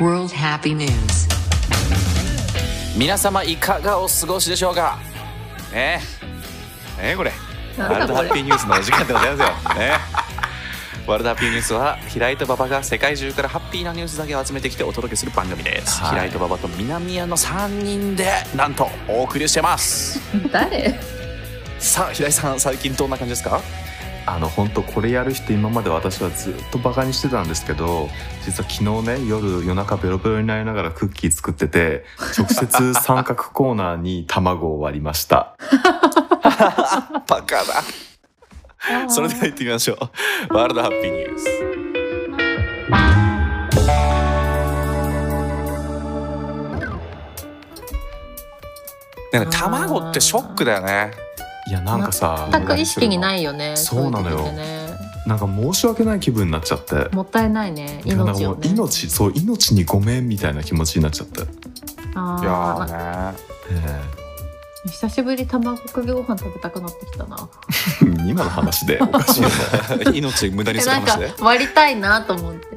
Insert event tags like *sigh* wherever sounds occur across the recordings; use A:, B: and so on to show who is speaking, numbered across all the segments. A: World Happy News.
B: 皆様いかがお過ごしでしょうかねえねえこれワールドハッピーニュースのお時間でございますよ、ねえ、ワールドハッピーニュースは平井と馬場が世界中からハッピーなニュースだけを集めてきてお届けする番組です、
C: は
B: 平
C: い
B: 井と馬場と南谷の3人でなんとお送りしてます
D: 誰
B: さあ平井さん最近どんな感じですか
C: あの本当これやる人今まで私はずっとバカにしてたんですけど実は昨日ね夜夜中ベロベロになりながらクッキー作ってて直接三角コーナーに卵を割りました
B: バカだそれでは行ってみましょうワールドハッピーニュースなんか卵ってショックだよね
C: いやなんかさ
D: 全く意識にないよね
C: そうなのよ
D: そういう時ってね
C: なんか申し訳ない気分になっちゃって
D: もったいないね
C: いやなんか
D: 命
C: も
D: を
C: う
D: ね
C: 命そう命にごめんみたいな気持ちになっちゃって、
D: あー
B: い
D: ま
B: や
C: え
D: 久しぶり卵かけご飯食べたくなってきたな
C: え *laughs* 今の話でおかしいよね
B: ーね命無駄に
D: え
B: する
D: なん
B: 話
D: か
B: で
D: 割りたいなと思って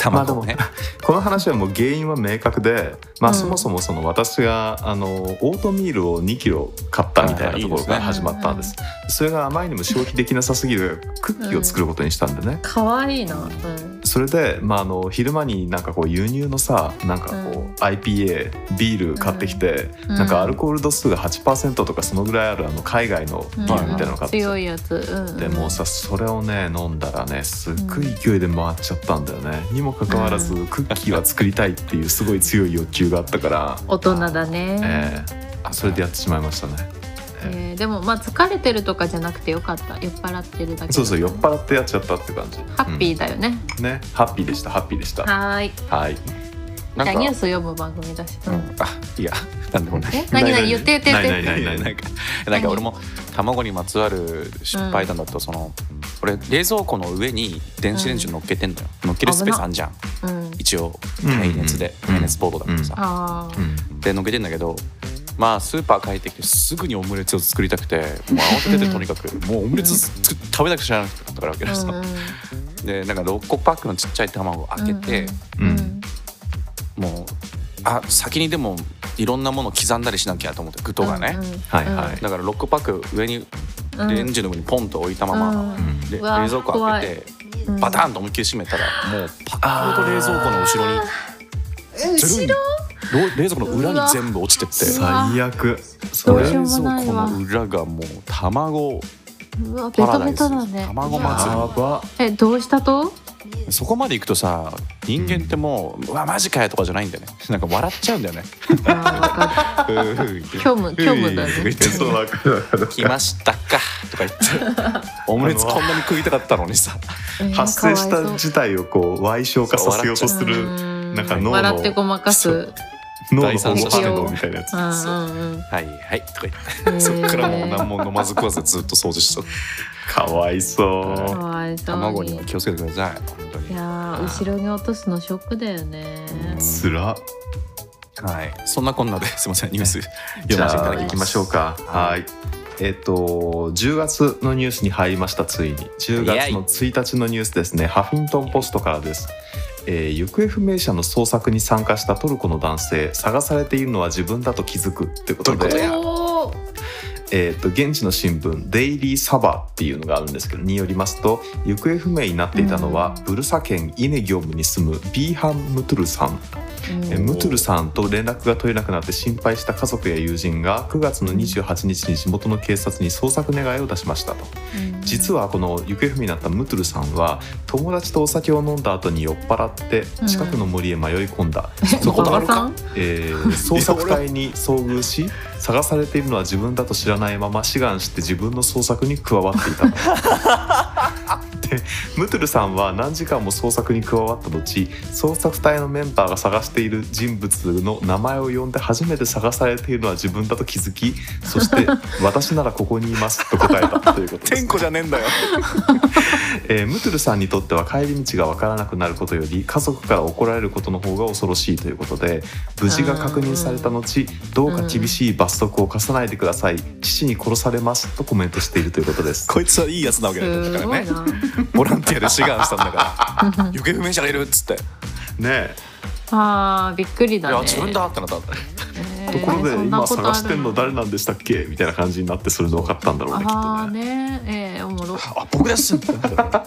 B: 卵をね
C: この話はもう原因は明確で、ま
D: う
C: あ、
D: ん
C: そもそもその私が、あのオートミールを2キロ買ったみたいなところから
D: はいはいいいです
C: 始
D: ね
C: まったんですそれがあまりにも消費できなさすぎるクッキーを作ることにしたんでね、
D: 可愛いな、うん、
C: それで、まあ、あの昼間になんかこう輸入のさなんかこう、
D: うん
C: IPA ビール買ってきて、なんかアルコール度数が8%とかそのぐらいあるあの海外のビ
D: うん
C: ールみたいなの買ってきて、
D: 強いやつ、うんうん
C: でもうさそれをね飲んだらねすっごい勢いで回っちゃったんだよね、にもかかわらずクッキーは作りたいっていうすごい強い欲求があったから、
D: 大人だね、
C: ええそれでやってしまいましたね
D: えーでもまあ疲れてるとかじゃなくてよかった酔っ払ってるだけで
C: そうそう酔っ払ってやっちゃったって感じ
D: ハッピーだよね、
C: うんねハッピーでしたハッピーでした
D: はーい
C: はい
D: じ
B: な
D: ゃあ
B: んか
D: ニュース読む番組だし、
B: う
D: うん
B: んあいやなんでもない
D: え何何言って言って言っ
C: な
D: て
C: いないない
B: な
C: なんい
B: かなんか俺も卵にまつわる失敗談だとその、俺冷蔵庫の上に電子レンジ乗っけてんのよ、乗っけるスペースあんじゃん
D: うん
B: 一応
C: うんうん
B: 耐熱で、
C: うん
B: 耐熱ボードだからさ、
D: あー
C: うん
B: でのけてんだけどまあスーパー帰ってきてすぐにオムレツを作りたくてもう慌てててとにかく、もうオムレツ作食べたくて知らなかったからわけで
D: うん
B: さ、
D: う
B: でなんか6個パックのちっちゃい卵を開け
D: ん
B: て、
C: うん
B: もうあ先にでもいろんなもの刻んだりしなきゃと思って具とかね、
C: はいはい、
B: だから6個パック上に
D: うん
B: レンジの上にポンと置いたまま、
C: うん
B: で
D: う
B: 冷
D: わー
B: 蔵庫開けて
D: うん
B: バタンと思いっきり閉めたらもうパッと冷蔵庫の後ろにずるい冷蔵庫の裏に全部落ちてって
D: うわ
C: 最悪
D: ど
C: そうれ
D: し
B: 冷
D: ようも
B: 蔵
D: ない
B: 庫
D: わ
B: の裏がもう卵
D: うわベ
B: パラ
D: タ
B: ダ
D: ベ
B: イス
D: タだね
B: 卵
C: や
B: 祭
C: ば
D: えどうし
B: *laughs*
D: たと
B: そこまでいくとさ人間ってもう「うわマジかよ」とかじゃないんだよねなんか笑っちゃうんだよね「
D: あ
B: うーんって
D: ー虚無虚無だ
B: *laughs*
C: うい
D: ね
C: そうわかるわかる
B: 来ましたか」とか言って *laughs* オムレツこんなに食いたかったのにさ
D: えー
C: 発生し
D: かわ
C: た
D: いそう
C: 事態をこう矮小化させようとする
D: うん
C: なんか脳の
D: 笑ってごまかす
C: そう
D: うん
C: 脳の保護反応みたいなやつ
D: うんうん
B: 「はいはい」とか言って
D: えー
B: そっからもう何も飲まず食わずずっと掃除してた
C: かわい
D: か
C: そ
D: わいそう
B: 卵に
D: に
B: は気をつけてください本当に
D: いやー後ろに落とすのショックだよね
C: うつら
B: はい、そんなこんなですいませんニュース読
C: じ
B: ませてい
C: ゃ
B: た
C: あ
B: だき
C: 行
B: ます
C: きましょうか
B: は
C: はいいえっと10月のニュースに入りましたついに10月の1日のニュースですねハフィントン・ポストからですえー行方不明者の捜索に参加したトルコの男性探されているのは自分だと気づくってこと
B: どういうこと
C: で
B: や
D: おー
C: えー、と現地の新聞「デイリー・サバ」っていうのがあるんですけどによりますと行方不明になっていたのは、ブルサ県イネ業務に住むビーハン・ムトゥルさん
D: うん
C: えームトゥルさんと連絡が取れなくなって心配した家族や友人が9月の28日に地元の警察に捜索願いを出しましたと実はこの行方不明になったムトゥルさんは友達とお酒を飲んだ後に酔っ払って近くの森へ迷い込んだ、
B: そんなことあるか
D: おばさん
C: えー捜索隊に遭遇し探されているのは自分だと知らないまま志願して自分の捜索に加わっていたでムトゥルさんは何時間も捜索に加わった後捜索隊のメンバーが探している人物の名前を呼んで初めて探されているのは自分だと気づきそして「私ならここにいます」と答えたということです
B: 天子じゃねえんだよ
C: えームトゥルさんにとっては帰り道が分からなくなることより家族から怒られることの方が恐ろしいということで無事が確認された後どうか厳しい罰則を課さないでください父に殺されますとコメントしているということです
B: こいつはいいやつなわけだよだ
D: す
B: か
D: ご
B: ら
D: い
B: ね
D: な *laughs*
B: ボランティアで志願したんだから行方不明者がいるっつって
C: ね
D: あーびっくりだ
B: い
D: ね
B: や自分だってなったんだね
D: えー
C: ところで
D: そんなこ
C: 今
D: とある
C: 探してんの誰なんでしたっけみたいな感じになってそれで分かったんだろうねきっ
D: あ
C: と
D: あ
C: ね
D: ねえーおもろ
B: あ僕ですってなったんだね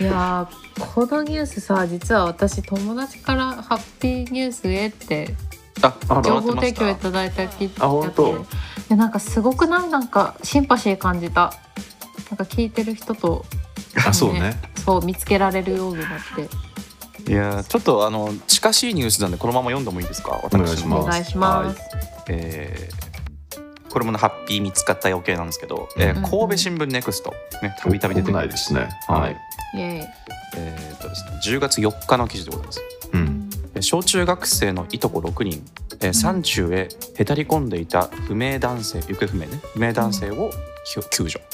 D: いやーこのニュースさ実は私友達から「ハッピーニュースへ」って
B: あ
C: あ
D: 情
B: ら
D: 報提供いただいたき
C: あ本当
D: いやなんかすごくないなんかシンパシー感じたなんか聞いてる人と
C: あそうね
D: そう見つけられるようになって
B: いやちょっとあの近しいニュースなんでこのまま読んでもいいですか
C: お願いし
D: お
C: ます
D: 願いします
B: えーこれもねハッピー見つかったよ系なんですけど、えー
D: うんうん
B: 神戸新聞ネクストねたびたび出て
C: 国
B: く
C: 内
B: る
C: ですね
B: はい
C: はい
D: イエーイ
B: えーとですね10月4日の記事でございます
C: うん
B: えー小中学生のいとこ6人、えー山中へへたり込んでいた不明男性行方不明ね不明男性を救救助、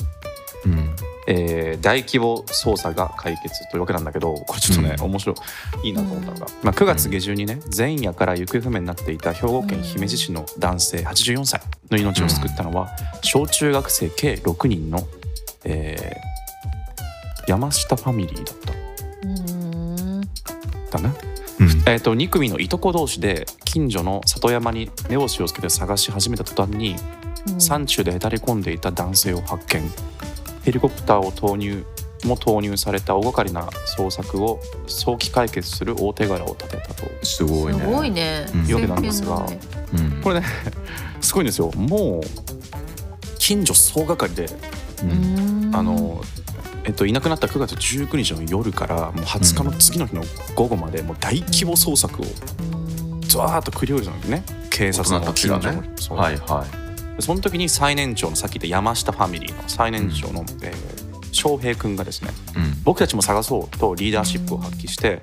C: うん
B: えー大規模捜査が解決というわけなんだけどこれちょっとね、
C: うん
B: 面白いいいなと思ったのが、まあ、9月下旬にね前夜から行方不明になっていた兵庫県姫路市の男性84歳の命を救ったのは小中学生計6人の、えー山下ファミリーだった
D: うーん
B: だな、
C: うん
B: えー、と2組のいとこ同士で近所の里山に目星をつけて探し始めた途端に
D: うん
B: 山中でへたり込んでいた男性を発見ヘリコプターを投入も投入された大掛かりな捜索を早期解決する大手柄を立てたと
C: すごいね
D: すごいね
C: うん
B: よくなんですが
D: 先見だね
C: うん
B: これねすごいんですよもう近所総掛かりで、
C: う
D: うんーん
B: あのえっと、いなくなった9月19日の夜からもう20日の次の日の午後までもう大規模捜索を
D: うん
B: ずわーっと繰り下りたんですね警察の近所
C: 大人
B: も、
C: た
B: そう
C: はいはい
B: でその時に最年長のさっき言った山下ファミリーの最年長の、えー翔平君がですね
C: うん
B: 僕たちも探そうとリーダーシップを発揮して、
C: うん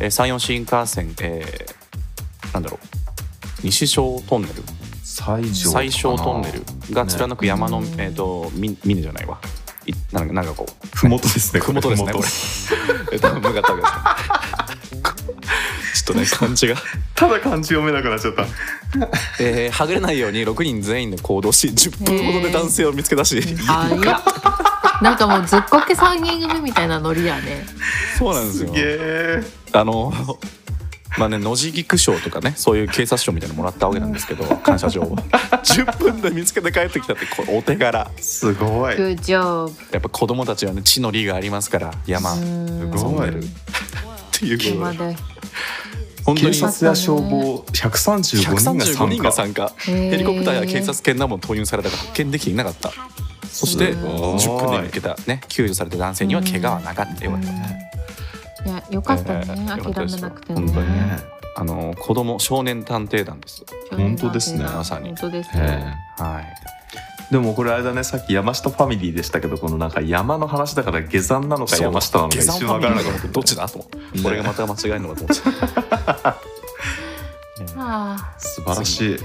B: えー山陽新幹線、えーなんだろう西小トンネル
C: 最上
B: 最小トンネルが貫く山の、
D: ね
B: えー、とみ峰じゃないわいなんかなんかこう
C: ふもとですね
B: ふもとですねこれ *laughs* えー多分向かったわけです *laughs* ちょっとね感じが、
C: ただ漢字読めなくなっちゃった
B: えーはぐれないように6人全員で行動し10分ほどで男性を見つけ出し、
D: あいやなんかもうずっこけ3人組みたいなノリや
C: *laughs*
D: ね
B: *laughs* そうなんです
C: す
B: よ
C: げえ
B: あのまあね野次菊賞とかねそういう警察賞みたいなのもらったわけなんですけど感謝状を10分で見つけて帰ってきたってこれお手柄
C: すごい
D: グッジョ
B: やっぱ子供たちはね地の利がありますから山っ
D: ブ
C: すごい
B: ていうこ
D: 今
B: とで
D: で
B: 本当
C: 警
B: に
C: 察や消防135人が
B: 135人が
C: 参加
B: 参加
D: へー
B: ヘリコプターや警察犬なども投入されたが発見できていなかったそして
D: す
C: ごい
B: 10分で抜けたね救助された男性には怪我はなかったようだ
D: いやよかったね、
B: えーよかった
D: 諦
B: です
D: め
B: よ
D: なくて
B: 本当に
D: ね
C: ね
B: あの子供少年探偵団です
C: 本当ですね
B: まさに
D: 本当です
C: え
D: ね
B: はい
C: えでもこれあれだねさっき山下ファミリーでしたけどこのなんか山の話だから下山なのか山下なのか一瞬分からなくなった
B: どっちだと思ってこれがまた間違えるのかと思って
D: あ
C: 素晴らしい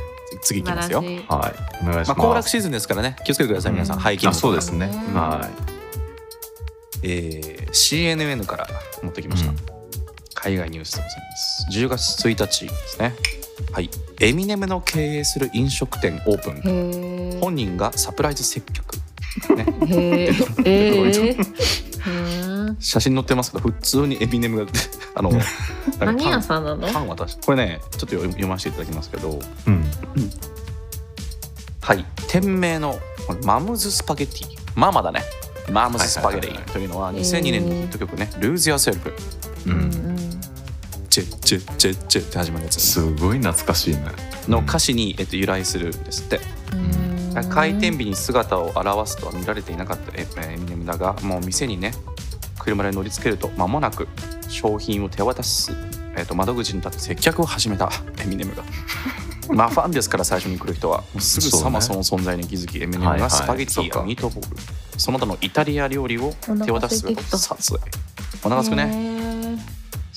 B: 次いき
D: ー素晴
B: ま
D: らし
B: す
D: い
B: よ
C: はいお願いし
B: ま
C: ま
B: あ
C: す
B: 行楽シーズンですからね気をつけてください皆さん
D: うん
B: ハイキン
C: あ
B: グ
C: そうですね
D: うん
C: はい
B: えー CNN から持ってきました
C: うん
B: 海外ニュースでございます10月1日ですねはいエミネムの経営する飲食店オープ
D: へ
B: ン
D: え
B: 本人がサプライズ接客
D: へ
B: *laughs*
D: え
B: どう
D: え
B: い
D: ーうん
B: 写真載ってますけど普通にエミネムが *laughs* あのな
D: *laughs*
B: んかパン
D: 何屋さんなの
B: パン渡してこれねちょっと読読ませていただきますけど
C: うん
B: はい、店名のこれマムズスパゲティママだねマムズスパゲテ
C: はいはいはい
B: ィというのは2002年のヒット曲ね「Lose Yourself
C: う
D: うんん
B: チェチェチェチェ」って始まるやつ
C: すごい懐かしいね
B: の歌詞に、えっと、由来するんですって
D: うんうん
B: 開店日に姿を現すとは見られていなかったエエミネムだがもう店にね車で乗りつけると間もなく商品を手渡す、えっと、窓口に立って接客を始めたエミネ
D: *laughs*
B: ムが。まあファンですから最初に来る人はもうすぐさまそ
C: そう
B: の存在に気づき、エミネ
C: は
B: ム
C: いは
B: が
C: い
B: スパゲテ
C: そっ
B: ィ
C: か
B: やミートボールその他のイタリア料理を手渡す
D: お腹空いてきた
B: 撮影お腹すくね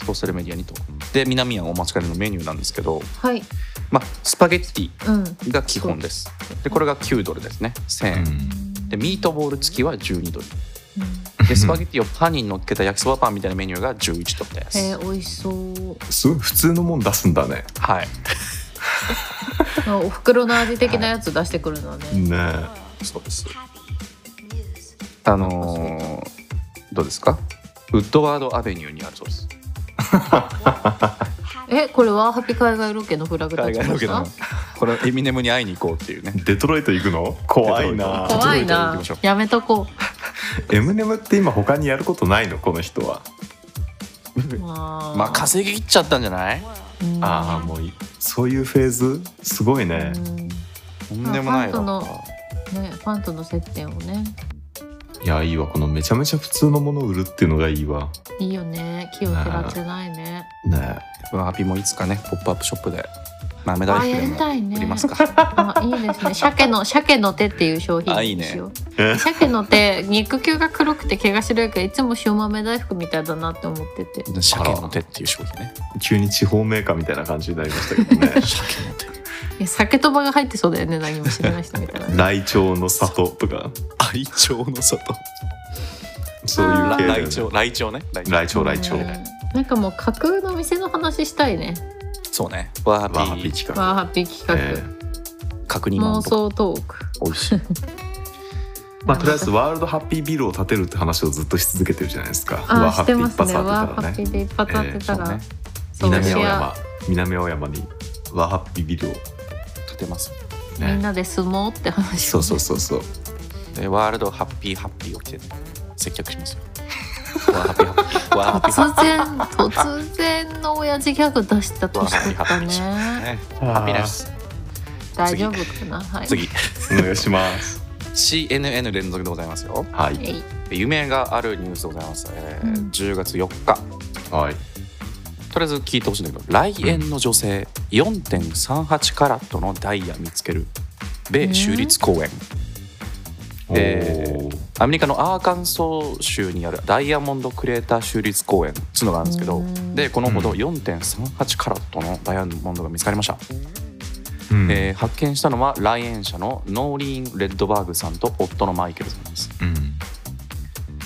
B: ソーシャルメディアにとで南アンお待ちかねのメニューなんですけど、
D: はい
B: まあ、スパゲティ
D: うん
B: が基本ですでこれが9ドルですね1000円、でミートボール付きは12ドルでスパゲティをパンに乗っけた焼きそばパンみたいなメニューが11ドルです、
D: えー美味しそう
C: すごい普通のもん出すんだね
B: はい
D: あお袋の味的なやつ出してくるのね、
C: ね
B: そうですあのーどうですかウッドワードアベニューにあるそうです
C: え
D: えこれワーハピ海外ロケのフラグ
B: 海
D: 立ちま
B: 外ロケ
D: し
B: だ
D: た
B: なこれエミネムに会いに行こうっていうね
C: デトロイト行くの怖いな
B: デトロイト
D: 怖い
B: 行き
D: な
B: ましょう
D: やめとこ
B: *laughs*
C: エムネムって今他にやることないのこの人は
D: うま
B: まあ稼ぎ切っちゃったんじゃない
C: ああもういそういうフェーズすごいね
B: とんでもない
D: ファ
B: わ
D: ンとのうんねファンとの接点をね
C: いやいいわこのめちゃめちゃ普通のものを売るっていうのがいいわ
D: いいよね木を照らせないね *laughs*
C: ね
B: ワーピもいつかねポップアップショップで豆
D: あ
B: 大
D: あ
B: 福
D: や
B: で
D: り
B: も
D: たいね
B: 売りますか
D: あいいですね鮭の鮭の手っていう商品
B: あ
D: ない
B: い
D: ん
B: ね
D: ですよ
C: え
D: 鮭の手肉球が黒くて毛が白いからいつも塩豆大福みたいだなって思ってて
B: 鮭の手っていう商品ね
C: 急に地方メーカーみたいな感じになりましたけ
D: *laughs*
C: どね
B: 鮭の手
D: いや酒とばが入ってそうだよね何も知らない人みたいな
C: ライチョウの里とか
B: 愛鳥の里
C: そういう系だよね
B: ライチョウライチョウねライチョウ
C: ライチョウライチョ
D: うん
C: ウ
D: なんかもう架空の店の話したいね
B: そうねワ
C: ワ
B: ー
C: ー
B: ピ
C: ピ
B: ー
C: ー企
D: ワーハッピー企
C: え
D: 画、
B: 確認マ
D: 妄
B: ンと
D: 想トーク
B: 美味しい
C: まあとりあえずワールドハッピービルを建てるって話をずっとし続けてるじゃないですか
D: あ
C: ワー
D: あ
C: ハ
D: し
C: ッピ
D: て
C: ー
D: ま
C: 一
D: すね
C: 発
D: ワーハ
C: 当てたら
D: ッピ
C: ね
D: ーで一発当てた
B: えーそう
D: ら
B: ね
D: そうシ
C: 南青
D: ェ
C: 山
D: ア
C: 南青山にワーハッピービルを
B: 立てます
D: みん
C: ね
D: なで相撲って話
C: そうそうそうそう
B: でワールドハッピーハッピーを着てね接客しますよワーハッピーハッピーワーハッピーハッ
D: 突然突然の親父ギャグ出した年取ったね
B: ね
C: あー
B: ハッピーナス
D: 大丈夫かなはい
B: 次
C: お願いします
B: CNN 連続でございますよ
C: はい
D: えい
B: で夢があるニュースでございます、えー
D: うん
B: 10月4日
C: はい
B: とりあえず聞いてほしいんだけど来園の女性4.38カラットのダイヤ見つける米州立公園、え
C: おー
B: アメリカのアーカンソー州にあるダイヤモンドクレーター州立公園っつうのがあるんですけど、
D: うん
B: でこのほど4.38カラットのダイヤモンドが見つかりました、
C: うん
B: えー発見したのは来園者のノーリーン・レッドバーグさんと夫のマイケルさんです、
C: うん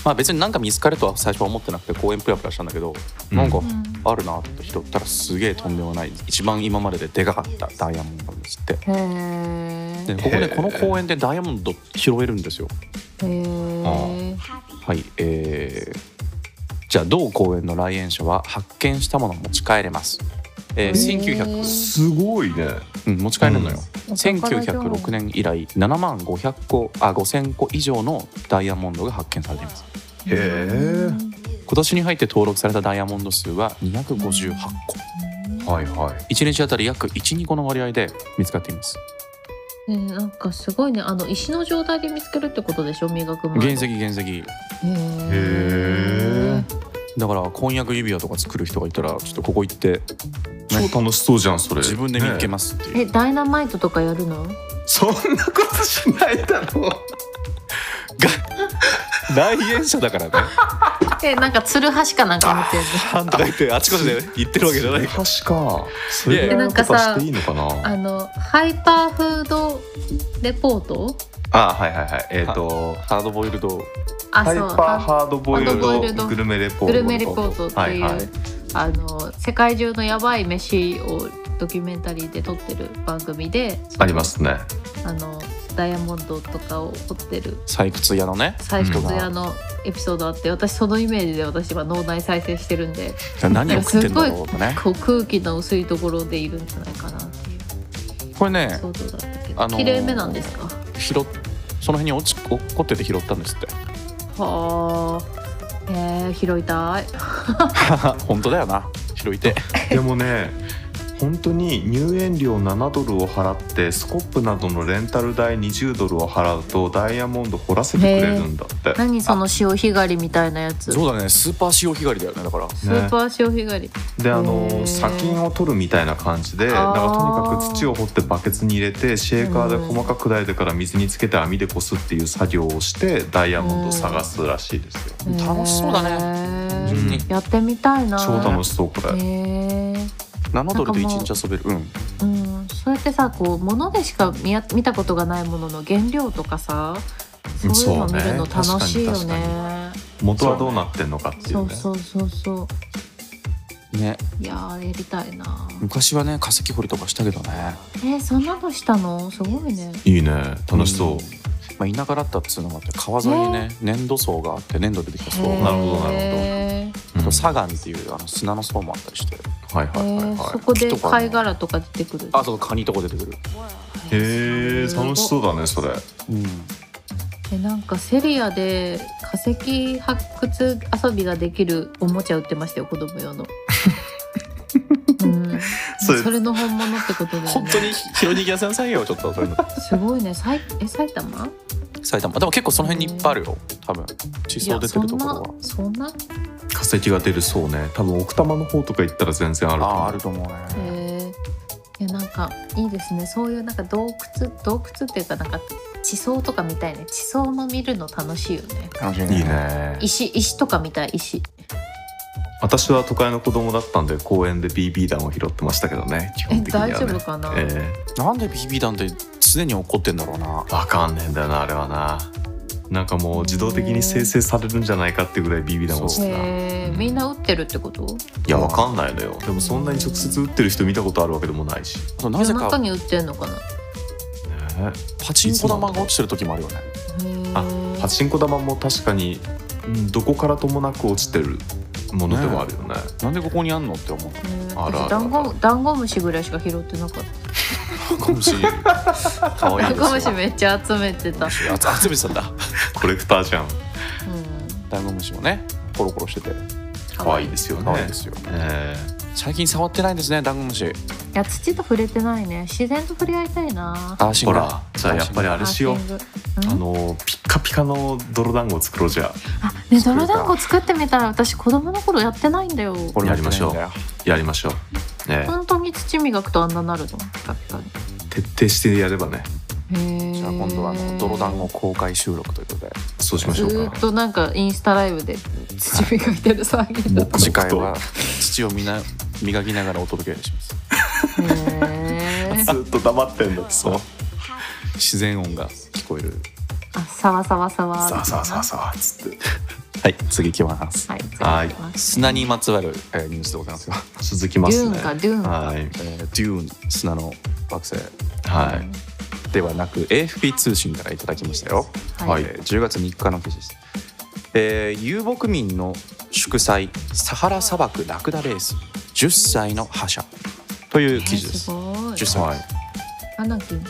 B: まあ、別になんか見つかるとは最初は思ってなくて公園ぷやぷやしたんだけど、
C: うん
B: なんか
D: うん
B: あるなって拾ったらすげえとんでもない一番今までででかかったダイヤモンドですってで
D: へえ
B: ここ
C: へ
B: ね
C: ー
B: この公園でダイヤモンド拾えるんですよ
D: へえ
B: はいえー、じゃあ同公園の来園者は発見したものを持ち帰れます、えー
D: へー
B: 1900
C: すごいね
B: うん持ち帰れるのよ、
D: うん
B: 1906年以来7万500個あ5000個以上のダイヤモンドが発見されています
C: へえ
B: 今年に入って登録されたダイヤモンド数は258個
C: はいはい
B: 1日あたり約12個の割合で見つかっています
D: ねなんかすごいねあの石の状態で見つけるってことでしょ磨く前の
B: 原石原石
D: へえ
B: だから婚約指輪とか作る人がいたらちょっとここ行って
C: 超楽しそうじゃんそれ
B: 自分で見つけ
C: ね
B: ますっていう、
D: えダイナマイトとかやるの
C: そんなことしないだろう
B: 来園者だから
D: *laughs*
B: ね
D: えなんかつるはしかなんか見てる
B: パンとか言ってあちこちで言ってるわけじゃない
C: かかそれぐらいのことはしていいのかな
D: のあのハイパーフードレポート
C: あはいはいはいえっ、と
B: ハードボイルド
D: あ
C: ハイ
D: そう
C: パーハードボイ
D: ハードボイ
C: ル
D: ル
C: ド
D: ド
C: グルメレポート
D: グルメレポートっていう、
C: はいはい
D: あの世界中のやばい飯をドキュメンタリーで撮ってる番組で
C: ありますね
D: あのダイヤモンドとかを掘ってる
B: 採掘屋のね
D: 採掘屋のエピソードあって、私そのイメージで私は脳内再生してるんで
B: 何を食ってんだろうとね
D: こう空気の薄いところでいるんじゃないかなっていう
B: これね
D: 想像だったけど、
B: あのー
D: 綺麗めなんですか
B: 拾っその辺に落ち落っこってて拾ったんですって *laughs*
D: はあえー、拾いたい
B: 本当だよな拾いて
D: *laughs*
C: でもね本当に入園料7ドルを払ってスコップなどのレンタル代20ドルを払うとダイヤモンド掘らせてくれるんだって
D: 何その潮干狩りみたいなやつス
B: そうだねスーパー潮干狩りだよねだから
D: ーパー潮干狩り
C: であ
D: へ
C: の
D: ー
C: 砂金を取るみたいな感じでだ
D: あー
C: からとにかく土を掘ってバケツに入れてシェーカーで細かく砕いてから水につけて網でこすっていう作業をしてダイヤモンドを探すらしいですよ。
B: 楽しそうだね
D: ね
C: うん
D: やってみたいな
C: 超楽しそうこ
D: へ
C: れ、
D: ー
B: 7ドルで
D: なんかもう
B: 1日遊べるうん
D: うん、そうやってさこう物でしか見や見たことがないものの原料とかさそういうの見るの楽しいよ
C: そうね
D: ね
C: 元はどうなってんのかってい
D: そうう
C: ね
D: そうそうそう
B: ね
D: いやーやりたいな
B: 昔はね化石掘りとかしたけどね
D: えー、そんなのしたのすごいね
C: いいね楽しそう、
B: まあ、田舎だったっつうのもあって川沿いにね粘土層があって粘土出てきた層
C: なるほ
D: へ
C: ど
D: ー
C: なるほどうん
B: と砂岩っていうあの砂の層もあったりして
C: はいはいはい
D: えーそ
C: は
D: こで貝殻とか出てくる
B: あそうカニとか出てくる、
C: いへえ楽しそうだねそれ
B: うん、
D: えなんかセリアで化石発掘遊びができるおもちゃ売ってましたよ子供
B: *laughs*
D: 用の。うん、
C: そ
D: そ
C: れ
D: れの本物ってことだよ
B: 本
D: ね
B: 当に拾いに行きなさいよちょっとそういうの
D: すごいねさいえ埼玉
B: 埼玉でも結構その辺にいっぱいあるよ多分地層出てるところは
D: そんなそんな
C: 化石が出るそうね多分奥多摩の方とか行ったら全然あると思
B: あ
C: う
B: ああると思うね、
D: えー、いやなんかいいですねそういうなんか洞窟洞窟っていうかなんか地層とか見たいね地層の見るの楽しいよね
B: 楽しみ
C: いいね
D: 石石とか見たい石
C: 私は都会の子供だったんで公園で BB 弾を拾ってましたけどね基
D: え
C: 本的には
D: 大
C: ね
D: 丈夫かな、
C: え
B: なんで BB 弾って常に怒ってんだろうな
C: ー、わかんねえんだよなあれはななんかもう自動的に生成されるんじゃないかってぐらい BB 弾落ちてたない
D: えーみんな打ってるってこと
C: やわかんないのよでもそんなに直接打ってる人見たことあるわけでもないし、ね
B: そうな
D: 夜
B: ぜ
D: 中
B: か
D: に打ってんのかなへ
B: パチンコ玉が落ちてる時もあるよね
D: ー
C: パチンコ玉も確かにうんどこからともなく落ちてるものではあるよね
B: なんでここにあんのって思う
D: ね
C: あらあら
D: 私ダンゴダンゴムシぐらいしか拾ってなかった
B: かもしれない
C: 可愛い
D: ダン
C: です
D: ゴ
C: よ
D: ムシめっちゃ集めてた、うん、
B: あ集めてたんだ
C: コレクターじゃん
B: ダンゴムシもねコロコロしてて
C: 可愛いですよ
B: 可愛い
C: ね
B: ですよ、
C: え
B: 最近触ってないんですねダンゴムシ
D: いや土と触れてないね自然と触れ合いたいな
B: あ
C: ー
B: シン
C: ほ
B: グル
C: らじゃあやっぱりあれしよう
D: パーキング
C: あ
D: うん
C: のピッカピカの泥団子作ろうじゃ
D: あね泥団子作ってみたら私子供の頃やってないんだよ
B: これ
C: やりましょう
B: やって
C: やりましょうね
D: 本当に土磨くとあんななるのだった
C: 徹底してやればね
D: にへえ
B: ないんだよじゃあ今度はあの泥団子公開収録ということで
C: そうしまし
D: ず
C: ょう
D: ー
C: か
D: っとなんかインスタライブで土磨いてる騒ぎだっ
C: 黙
B: 次
C: 々
B: 回
C: と
B: は土をみな磨きながらお届けします
D: たへ
C: *laughs*
D: ー
C: ずっと黙ってんだそう
B: 自然音が聞こえる
D: あさわさわさわ
C: さあさあさあさあつって
B: はい次いきます
D: はい
C: はい
B: 砂にまつわる、えーニュースでございますが、
C: 続きます
D: デ
C: ね
D: ューンかデューンか
C: はい
B: えー、デューン砂の惑星
C: は
B: ではなく AFP 通信からいただきましたよ、
D: はい、
C: はい
B: えー10月3日の記事です、えー遊牧民の祝祭サハラ砂漠ラクダレース10歳の覇者という記事で
D: えー
B: す
D: すごい
B: 10
C: い
B: 歳、
C: はい
D: アナキン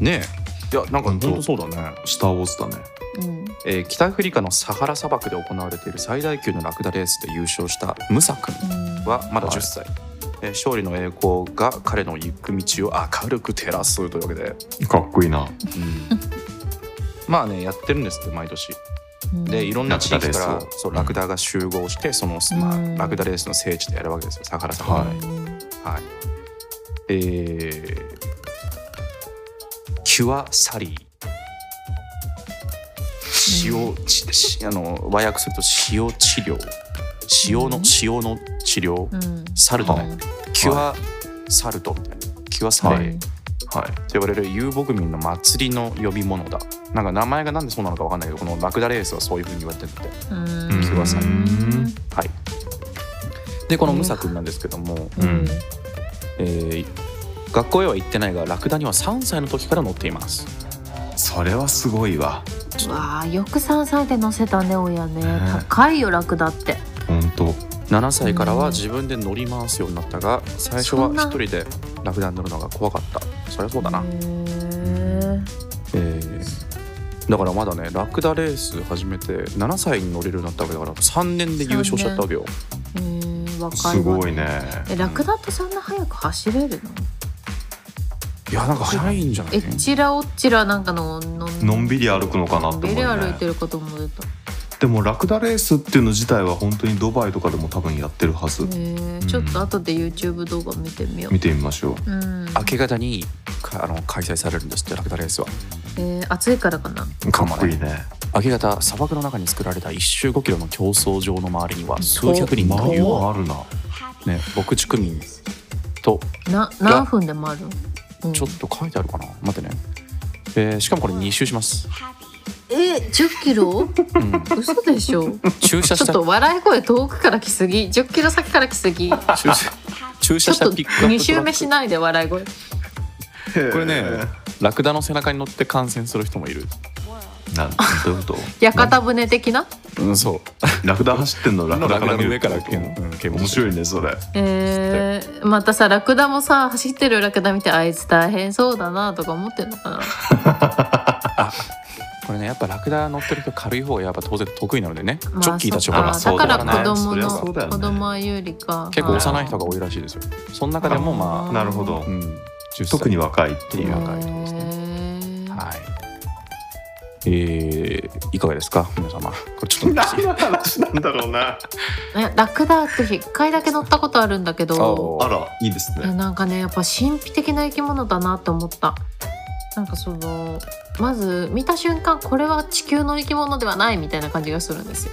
B: ねえいやなんか
C: 本当
B: 本当そうだね、
C: スター・ウォーズだね
D: うん
B: えー北アフリカのサハラ砂漠で行われている最大級のラクダレースで優勝したムサ君
D: うん
B: はまだ
C: はい
B: 10歳、えー勝利の栄光が彼の行く道を明るく照らすというわけで、
C: かっこいいな
B: まあねやってるんですって毎年
D: うん
B: でいろんな地域か
C: ラクダレ
B: ら
C: ースを
B: そうラクダが集合してその、まあ
D: うん
B: ラクダレースの聖地でやるわけですよサハラ砂
C: は
B: 漠
C: い
B: はい、えーキュアサリー塩ちしあの和訳すると塩治療塩の、
D: うん
B: 塩の治療、
D: うん
B: サルトね、
D: うん
B: キュアサルトみたいなキュアサリー、
C: はいはい
B: って言われる遊牧民の祭りの呼び物だなんか名前がなんでそうなのかわかんないけどこのラクダレースはそういうふうに言われてて
D: うん
C: うん
B: キュアサリ
C: ー
B: はいでこのムサ君なんですけども、
C: うん
B: えー学校へは行ってないがラクダには3歳の時から乗っています
C: それはすごいわ
D: うわあよく3歳で乗せたね親ね
C: ね
D: 高いよラクダって
C: 本当
B: 7歳から
D: う
B: は
D: ん
B: 自分で乗り回すようになったが最初は
D: そんな
B: 一人でラクダに乗るのが怖かったそりゃそうだな、
D: へー
B: えーだからまだねラクダレース始めて7歳に乗れるようになったわけだから3年で優勝しちゃったわけよ
D: うん若い
C: す
D: わ
C: ごいね
D: えラクダってそんな速く走れるの
B: いやなんか早いんじゃない
D: えっちらおっちらなんかのの
C: のんびり歩くのかな
D: の
C: っ
D: ん
C: て
D: び
C: 思う
D: り
C: よ
D: 歩い
C: ね
D: てるかと思ってた
C: でもラクダレースっていうの自体は本当にドバイとかでも多分やってるはず
D: へ
C: ん
D: ーちょっと後で YouTube 動画見てみよ
C: 見てみましょう
D: ううん
B: 明け方にかあの開催されるんですってラクダレースは
D: えー暑いからかな
C: かっこいいね
B: 明け方砂漠の中に作られた1周5キロの競争場の周りには数百人
C: まあ
B: という、
C: まああるな
B: ね、牧畜民と
D: な何分でもあるうん
B: ちょっと書いてあるかな待ってね、えーしかもこれ2周します、
D: え10
B: *laughs*
D: キロ
B: うん、
D: 嘘でしょ
B: 駐車
D: ち
B: し
D: ょったと笑い声遠くから来すぎ10キロ先から来すぎ
B: 駐車駐車
D: ちょっ
B: した
D: と
B: ピックアップトラック
D: 2周目しないで笑い声
C: こ
B: これねラクダの背中に乗って観戦する人もいる
C: なんどういうこと
D: 屋形船的な
B: うんそう
C: ラクダ走ってんのラクダ
B: ラク
C: か
B: ダ
C: ら
B: の
C: 見
B: 上
C: る
B: か
C: からら
B: うん
C: 面白いねそれ
D: えー、またさラクダもさ走ってるラクダ見てあいつ大変そうだなとか思ってんのかな
B: これねやっぱラクダ乗ってる人軽い方がやっぱ当然得意なのでね、
D: まあ
B: チョッキーたちほら
D: そっかだから子供
C: そり
D: の、
C: ゃそうだよね
D: 子供は有利か
B: 結構幼い人
D: が
B: が多いらしいですよその中でもま
D: あ
C: なるほど
B: あ、うん、10歳
C: 特に若いって
B: い
C: いうう
B: 若い人ですねはいえー、いかがですか皆様これちょっと
C: 何の話なんだろうな
D: えラクダって一回だけ乗ったことあるんだけど
C: あらいいです
D: え
C: ね
D: なんかねやっぱ神秘的な生き物だなって思ったなんかそのまず見た瞬間これは地球の生き物ではないみたいな感じがするんですよ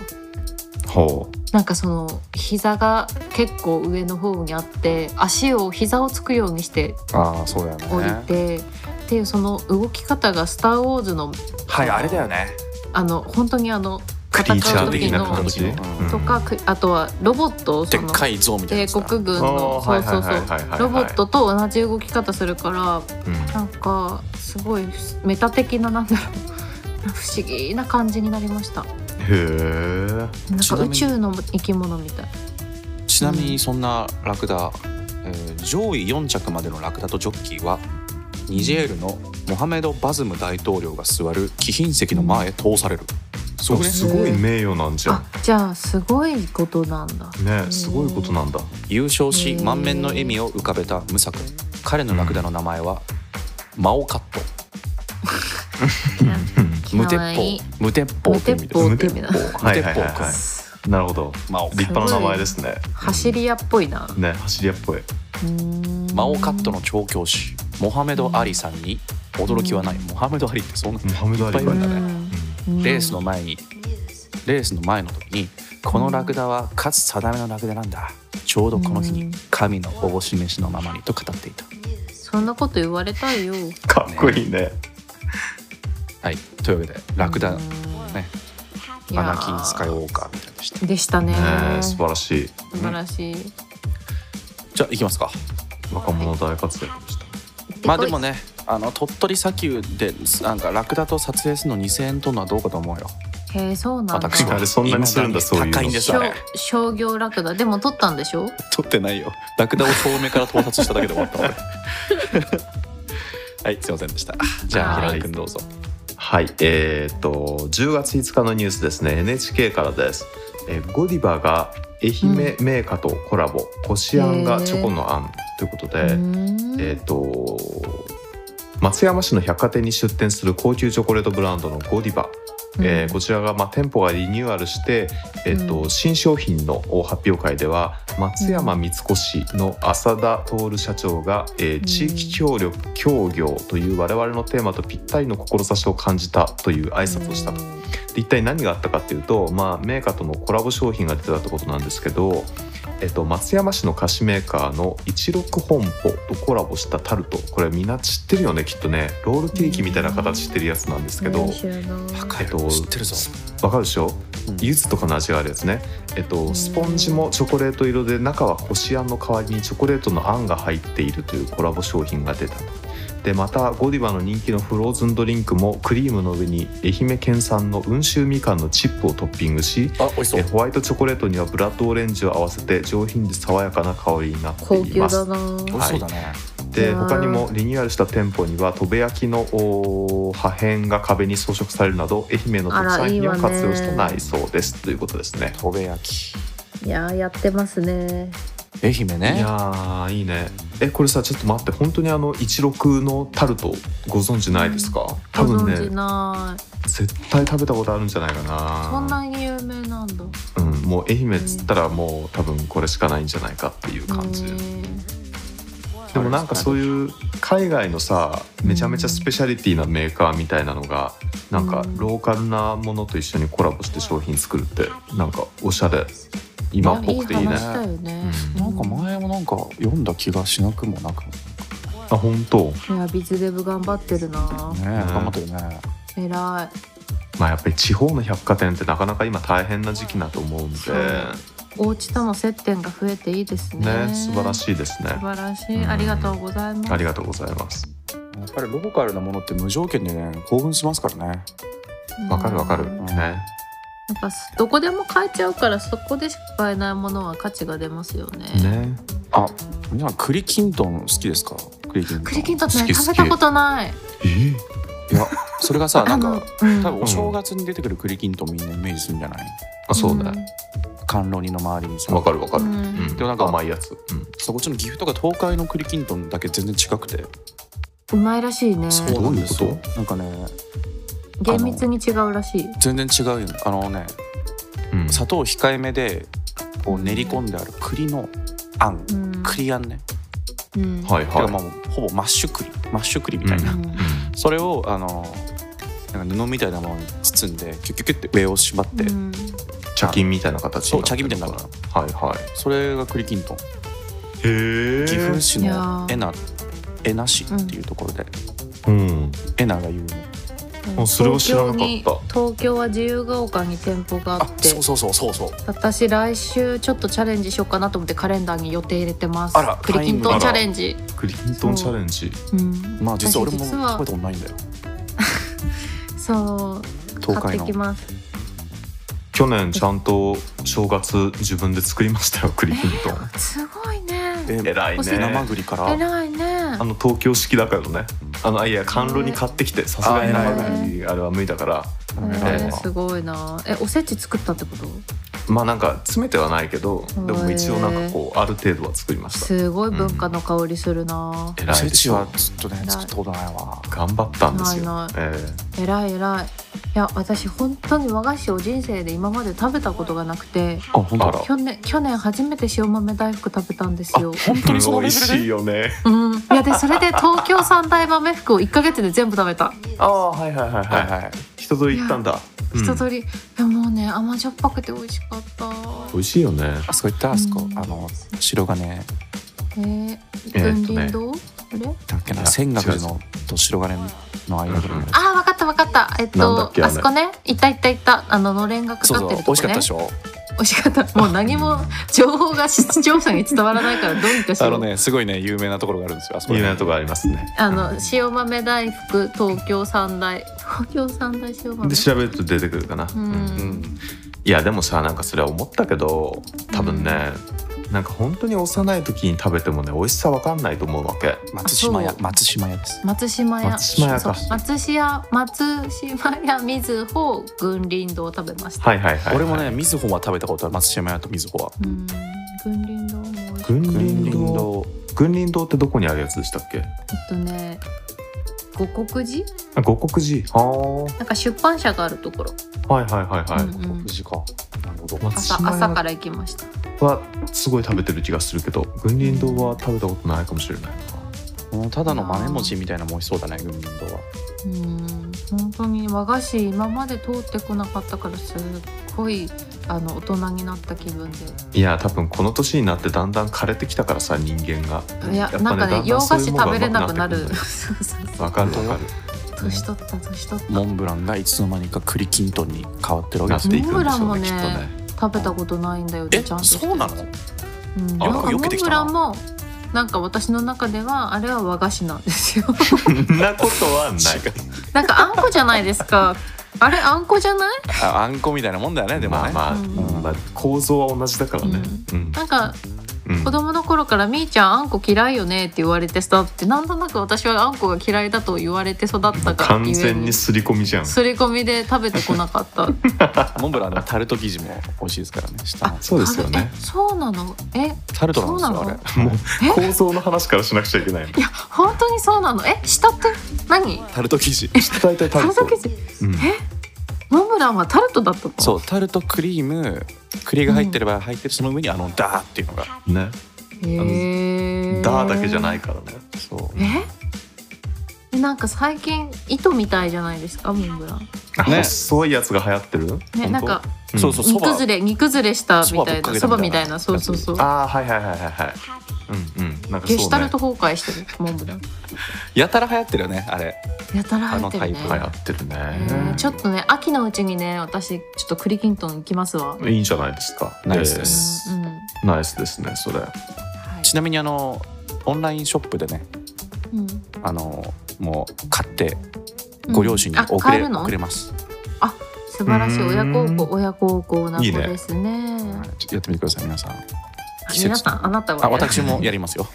C: ほ
D: なんかその膝が結構上の方にあって足を膝をつくようにして
B: ああそうだよね
D: 降りて、っていうその動き方が「スター・ウォーズの」
B: はいあれだよね
D: あの本当にあの
C: クリーチャー
D: 時
C: 的な
D: の
C: 感じ
B: 戦う時の
C: うん
D: とか、くあとはロボットを
B: で
D: そ
B: っ
D: の
B: かい像みたいなや
D: 帝
B: つだ
D: 国軍
C: あ
D: の
C: ー
D: そ
C: は
D: う
C: い
D: そ
C: は
D: う
C: い
D: そ
C: はいうはいはいはい
D: ロボットと同じ動き方するから
C: うん
D: なんかすごいメタ的ななんだろう不思議な感じになりました
C: へえ
D: なん
B: ち
D: か
B: なみ
D: 宇
B: に
D: 宙の生き物みたい
B: ちなみにそんなラクダ、えー上位4着までのラクダとジョッキーはニジェールのモハメド・バズム大統領が座る貴賓席の前へ通される、すごくね
C: すごい名誉なんじゃ
D: あ
C: ん
D: じゃあすごいことなんだ
C: ねすごいことなんだ
B: 優勝し
D: へー
B: 満面の笑みを浮かべたムサ君彼のラクダの名前は、マオカット無鉄
D: かわいい
B: 砲無鉄砲
D: 無
B: って意味
D: 鉄
B: です
D: 砲って意味だ
C: はいは
B: 無鉄
C: いはい
B: 砲
C: は
B: か
C: いなるほど
B: マオ
C: 立派な名前ですね
D: 走り屋っぽいな
C: ね走り屋っぽい
B: マオカットの調教師モハメド・アリさんに驚きはないモハメド・アリってそんな
C: モハメド・アリが
B: いっぱいいるんだ
C: ね
B: ねレースの前にレースの前の時にこのラクダは勝つ定めのラクダなんだちょうどこの日
D: うん
B: に神のおぼし飯のままにと語っていた
D: そんなこと言われたいよ
C: かっこいいね
B: はいというわけでラクダ
D: うん
B: ね
D: いや
B: ア
D: ー
B: ナキン・スカイウォーカーみたいでした
D: でしたね
C: ね素
D: 素
C: 晴らしい
D: 晴らしい
B: じゃあ行きますか
C: 若者大活躍でした
B: まあでもねあの鳥取砂丘でなんかラクダと撮影するの2000円とるのはどうかと思うよ
D: へえそうなんだ
B: 私
C: あ
D: *laughs*
B: は
C: れそんなにするんだそういうの
B: 高いんです
D: 商
B: あれ
D: 商業ラクダでも取ったんでしょ
B: 撮ってないよラクダを遠目から盗撮しただけで終わった俺 *laughs* はいすいませんでしたじゃあ
D: はい
B: 平井君どうぞ
C: はい、えーっと10月5日のニュースですね NHK からです、えーゴディバが愛媛メーカーとコラボ、こしあんがチョコのあんということで、
D: うーん
C: えーっと松山市の百貨店に出店する高級チョコレートブランドのゴディバ、えーこちらが、まあ、店舗がリニューアルして、えーっと
D: うん
C: 新商品の発表会では松山三越の浅田徹社長が、えー地域協力協業という我々のテーマとぴったりの志を感じたという挨拶をしたとで一体何があったかっていうと、まあ、メーカーとのコラボ商品が出てたってことなんですけど、えっと、松山市の菓子メーカーの一六本舗とコラボしたタルトこれみんな知ってるよねきっとねロールケーキみたいな形してるやつなんですけど、
B: 若い
C: えっと
B: 知ってるぞ
C: わかるでしょ
B: うん
C: 柚子とかの味があるやつね、えっと、スポンジもチョコレート色で中はこしあんの代わりにチョコレートのあんが入っているというコラボ商品が出たとでまたゴディバの人気のフローズンドリンクもクリームの上に愛媛県産の温州みかんのチップをトッピングし
B: あ美味しそ
C: え
B: う
C: ホワイトチョコレートにはブラッドオレンジを合わせて上品で爽やかな香りになって
D: 高
C: い
D: 級
C: ま
D: だ
C: す
D: な
B: 美味しそうだね、
C: で
D: うん
C: 他にもリニューアルした店舗にはとべ焼きのおー破片が壁に装飾されるなど愛媛の特
D: あら
C: 産
D: いい
C: 品を
D: わね
C: 活用した内装ですということですね。
B: とべ焼き
D: いやーやってますね
B: 愛媛
C: い
B: ね
C: やーいいねえこれさちょっと待って本当にあの一六のタルトご存知ないですか多分
D: ご存知
C: ね
D: ない
C: 絶対食べたことあるんじゃないかな
D: そんなに有名なんだ
C: うん、もう愛媛っつったらもう多分これしかないんじゃないかっていう感じ、
D: へー
C: でもなんかそういう海外のさめちゃめちゃスペシャリティなメーカーみたいなのがなんかローカルなものと一緒にコラボして商品作るってなんかおしゃれ今っぽくていい
D: い
C: ね
D: や話だよね、
B: なんか前もなんか読んだ気がしなくもなくもね
C: あ本当
D: いやビズデブ頑張ってるな
B: 頑張ってるね
D: 偉い
C: まあやっぱり地方の百貨店ってなかなか今大変な時期だと思うんで
D: お家との接点が増えていいですね
C: ね素晴らしいですね
D: 素晴らしい
C: うん
D: ありがとうございます
C: ありがとうございます
B: やっぱりローカルなものって無条件でね興奮しますからね
C: わかるわかる、
D: うん
C: ね
D: なんかすどこでも買えちゃうからそこでしか買えないものは価値が出ますよね。
C: ね
B: 皆さん栗きんとん好きですか栗きんとん
D: 栗きんとんね
C: 好き好き
D: 食べたことない。
C: え
B: いやそれがさなんか、
D: うん
B: 多分お正月に出てくる栗きんとんみんなイメージするんじゃない
C: あそうだね。
B: 甘露煮の周りにさ
C: わかるわ
D: う
C: かる、
D: ん
C: うん、
B: でもなんか
C: 甘いやつ、うん、
B: そうこっちの岐阜とか東海の栗きんとんだけ全然違くて
D: うまいらしいね。
B: そうなんです
C: どういう
B: よ
C: こ
B: なんかね
D: 厳密に違うらしい。
B: 全然違うよねあのね
C: うん、
B: 砂糖控えめでこう練り込んである栗のあん
D: うん
B: 栗あんね
D: うん
C: はい
B: てか
C: はい
B: まあもうほぼマッシュ栗マッシュ栗みたいな、
C: う
D: うん
B: それをあのなんか布みたいなものに包んでキュキュキュって上を縛って、
D: うん
C: 茶巾みたいな形になっ
B: そ
C: てる
B: う茶巾みたいになるの
C: はいはい
B: それが栗きんとん
C: へえ
B: 岐阜市
D: いや
B: の
D: ー
B: 恵那恵那市っていうところで
C: うん
B: 恵那、が有名
D: う
C: あ
D: ん
C: それは知らなかった
D: 東京に東京は自由が丘に店舗があ
B: あ
D: って
B: そうそうそうそうそう
D: 私来週ちょっとチャレンジしようかなと思ってカレンダーに予定入れてます
B: あら
D: 栗きんと
C: タイ
D: ん
C: ムリー
D: チャレンジ、
C: クリントンチャレンジ
D: うん、
B: まあ実は俺
D: 私
B: も食
D: 実
B: べ
D: は
B: たことないんだよ
D: そう
B: 東海
D: 買っ
B: の
D: てきます
C: 去年ちゃんと正月自分で作りましたよクリキント *laughs* ン
D: すごいね
B: え
C: 偉いね
B: 生栗から
D: 偉いね
C: あの東京式だからねあのあいや甘露に買ってきてさすがに
B: あ偉い
C: 生栗あれは無理だから
B: 偉い
D: えー
B: わ
D: すごいなえおせち作ったってこと
C: まあなんか詰めてはないけどでも一応なんかこうある程度は作りました
D: すごい文化の香りするな、
B: お
C: 偉い
B: せ
C: で
B: ち
C: しょ
B: はちょっとね
D: 偉い
B: 作ったことないわ
C: 頑張ったんですよ
D: ない
C: ええ
D: 偉い偉いいや私本当に和菓子を人生で今まで食べたことがなくて
B: あ本
C: 当だ
D: 去年去年初めて塩豆大福食べたんですよ。
B: 本当にその
C: 美
B: レ
C: 味
B: ベル
C: しい
B: で
C: よね
D: うん、いやでそれで東京三大豆福を1ヶ月で全部食べた
C: ああはいはいはい
B: はい
C: は
B: はい
C: い人と行ったんだうん
D: 一通り、いやもうね甘じょっぱくて美味しかった
C: 美味しいよね
B: あそこ行ったあそこ
D: うん
B: あの白金
D: えー、
C: えーっとね
D: 文林堂、あれ
B: だっけ
C: い
B: な
C: や
B: 千岳寺のと白金の間ぐらい
C: うん
D: あーわかったわかったえっ
C: なんだっ
D: と
C: けあ
D: あ
C: れ
D: そこね行った行った行ったあののれんがか
B: そう
D: か
B: そう
D: って
B: 美
D: ると
B: 味し
D: こ
B: かっ
D: ね
B: たでしょ
D: 美味しかったもう何も情報が視聴者に伝わらないからどうにかし
B: あ
D: よ
B: の
D: う
B: ねすごいね有名なところがあるんですよあそこ
C: 有
B: ね
C: 名なとこありますね
D: あの塩豆大福東京三大東京三大塩豆
C: で調べると出てくるかな、
D: う
C: うん
B: うんん
C: いやでもさなんかそれは思ったけど多分ね、なんか本当に幼い時に食べてもね美味しさわかんないと思うわけ
B: 松島
D: あ
B: 屋
D: そう
B: 松島屋です
D: 松島屋
C: 松島屋
D: そう
C: か
D: 松島屋松島屋水穂群林堂を食べました、
C: はいはいはい、
B: 俺もねみずほは食べたことある松島屋とみずほは
D: うん群林堂も美味しい
C: 軍
B: 群
C: 林
B: 林
C: 堂
B: 堂
C: 軍林堂ってどこにあるやつでしたっけ
D: えっとね五穀寺
C: あ五穀寺あー
D: なんか出版社があるところ
C: はいはいはいはい、
D: うんうん
B: 富士かなるほど
C: 松
D: 朝
C: 島
D: 朝
C: 屋
D: から行きました
C: はすごい食べてる気がするけど軍林堂は食べたことないかもしれない
B: うんただの豆餅みたいなのも美味しそうだね群林堂は
D: うん本当に和菓子今まで通ってこなかったからすっごいあの大人になった気分で
C: いや多分この年になってだんだん枯れてきたからさ人間が
D: いや、
C: っぱね
D: なんか
C: だ
D: ね
C: んだ
D: 洋
C: んそう
D: 菓
C: い
D: 子
C: うもの
D: 食べれな
C: が
D: く
C: う
D: な
C: ま
D: る
C: くってく
D: そうそうそ
C: るわかるわかる
D: う年取った年取った
B: モンブランがいつの間にか栗きんとんに変わってるわけで
C: なっ
B: す
C: ていくんでしょう
D: モ
C: ね
D: ンブランもね
C: きっとね
D: 食べたことないんだよ
B: え
D: ちゃんとして
B: そうなの
D: うん、
B: あ
D: なんか
B: よ
D: モ
B: く
D: ン
B: できた
D: ブラ
B: な
D: ンもなんか私の中ではあれは和菓子なんですよ *laughs*
C: そ *laughs* んなことはない
B: 違う
D: なんかあんこじゃないですかあれあんこじゃない
B: ああんこみたいなもんだよねでもね、
C: まあまあ、
D: うん
C: まあ構造は同じだからね、うん
D: なんか
C: うん
D: 子供の頃から「みーちゃんあんこ嫌いよね」って言われて育ってなんとなく私はあんこが嫌いだと言われて育ったから
C: 完全に刷り込みじゃん
D: 刷り込みで食べてこなかった
B: モンブランのタルト生地も美味しいですからね下の
C: そうですよね
D: えそうなのえ
B: タルトなんですよ
D: そうな
B: あ
D: の
B: れ
C: もう
D: え
C: 構造の話からしなくちゃいけない
D: いや本当にそうなのえ下って何
B: タルト生地
C: 大体
D: タ
C: タ
D: ル
C: ル
D: ト
C: ト
D: 生地
C: うん
D: モンブランはタルトだったの
B: そうタルトクリーム栗が入ってれば入ってるその上にあのダーっていうのが
C: ね
D: へえ
C: ダーだけじゃないからね
B: そう
D: えなんか最近糸みたいじゃないですかモンブラン
C: あ
B: ね
C: 細いやつが流行ってる本
D: ね
C: 当
D: なんか
C: うん
B: そうそう
D: 煮崩れ煮崩れしたみたいなそ
B: そ
D: ば
B: ば
D: み
B: ぶったかけたみたいない
D: なそうそうそう
C: ああはいはいはいはいはいうんうんなんかそ
D: ゲ
C: う
D: シュタル
C: ね
D: ト崩壊してるモンブラン
B: やたら流行ってるよねあれ
D: やたら入っ
B: あ
D: てるね
C: 流
B: のタイプ
C: 行ってる
D: え
C: ね、
D: ーちょっとね秋のうちにね私ちょっと栗きんとん行きますわ、うん
C: いいんじゃないですか
B: ナイスで
D: うん
B: す
C: ナイスですねそれ
D: はい
B: ちなみにあのオンラインショップでね
D: うん
B: あのもう買って
D: うん
B: ご両親に
D: あ
B: 送
D: 買え
B: れ,、
D: るの
B: 送れます
D: あ素晴らしい親孝
C: う
D: 行親孝行な子
C: いいね
D: ですね
B: はいちょっとやってみてください皆さん。
D: あ皆さんあなたは
B: あ私もやります
D: *laughs*
B: よ。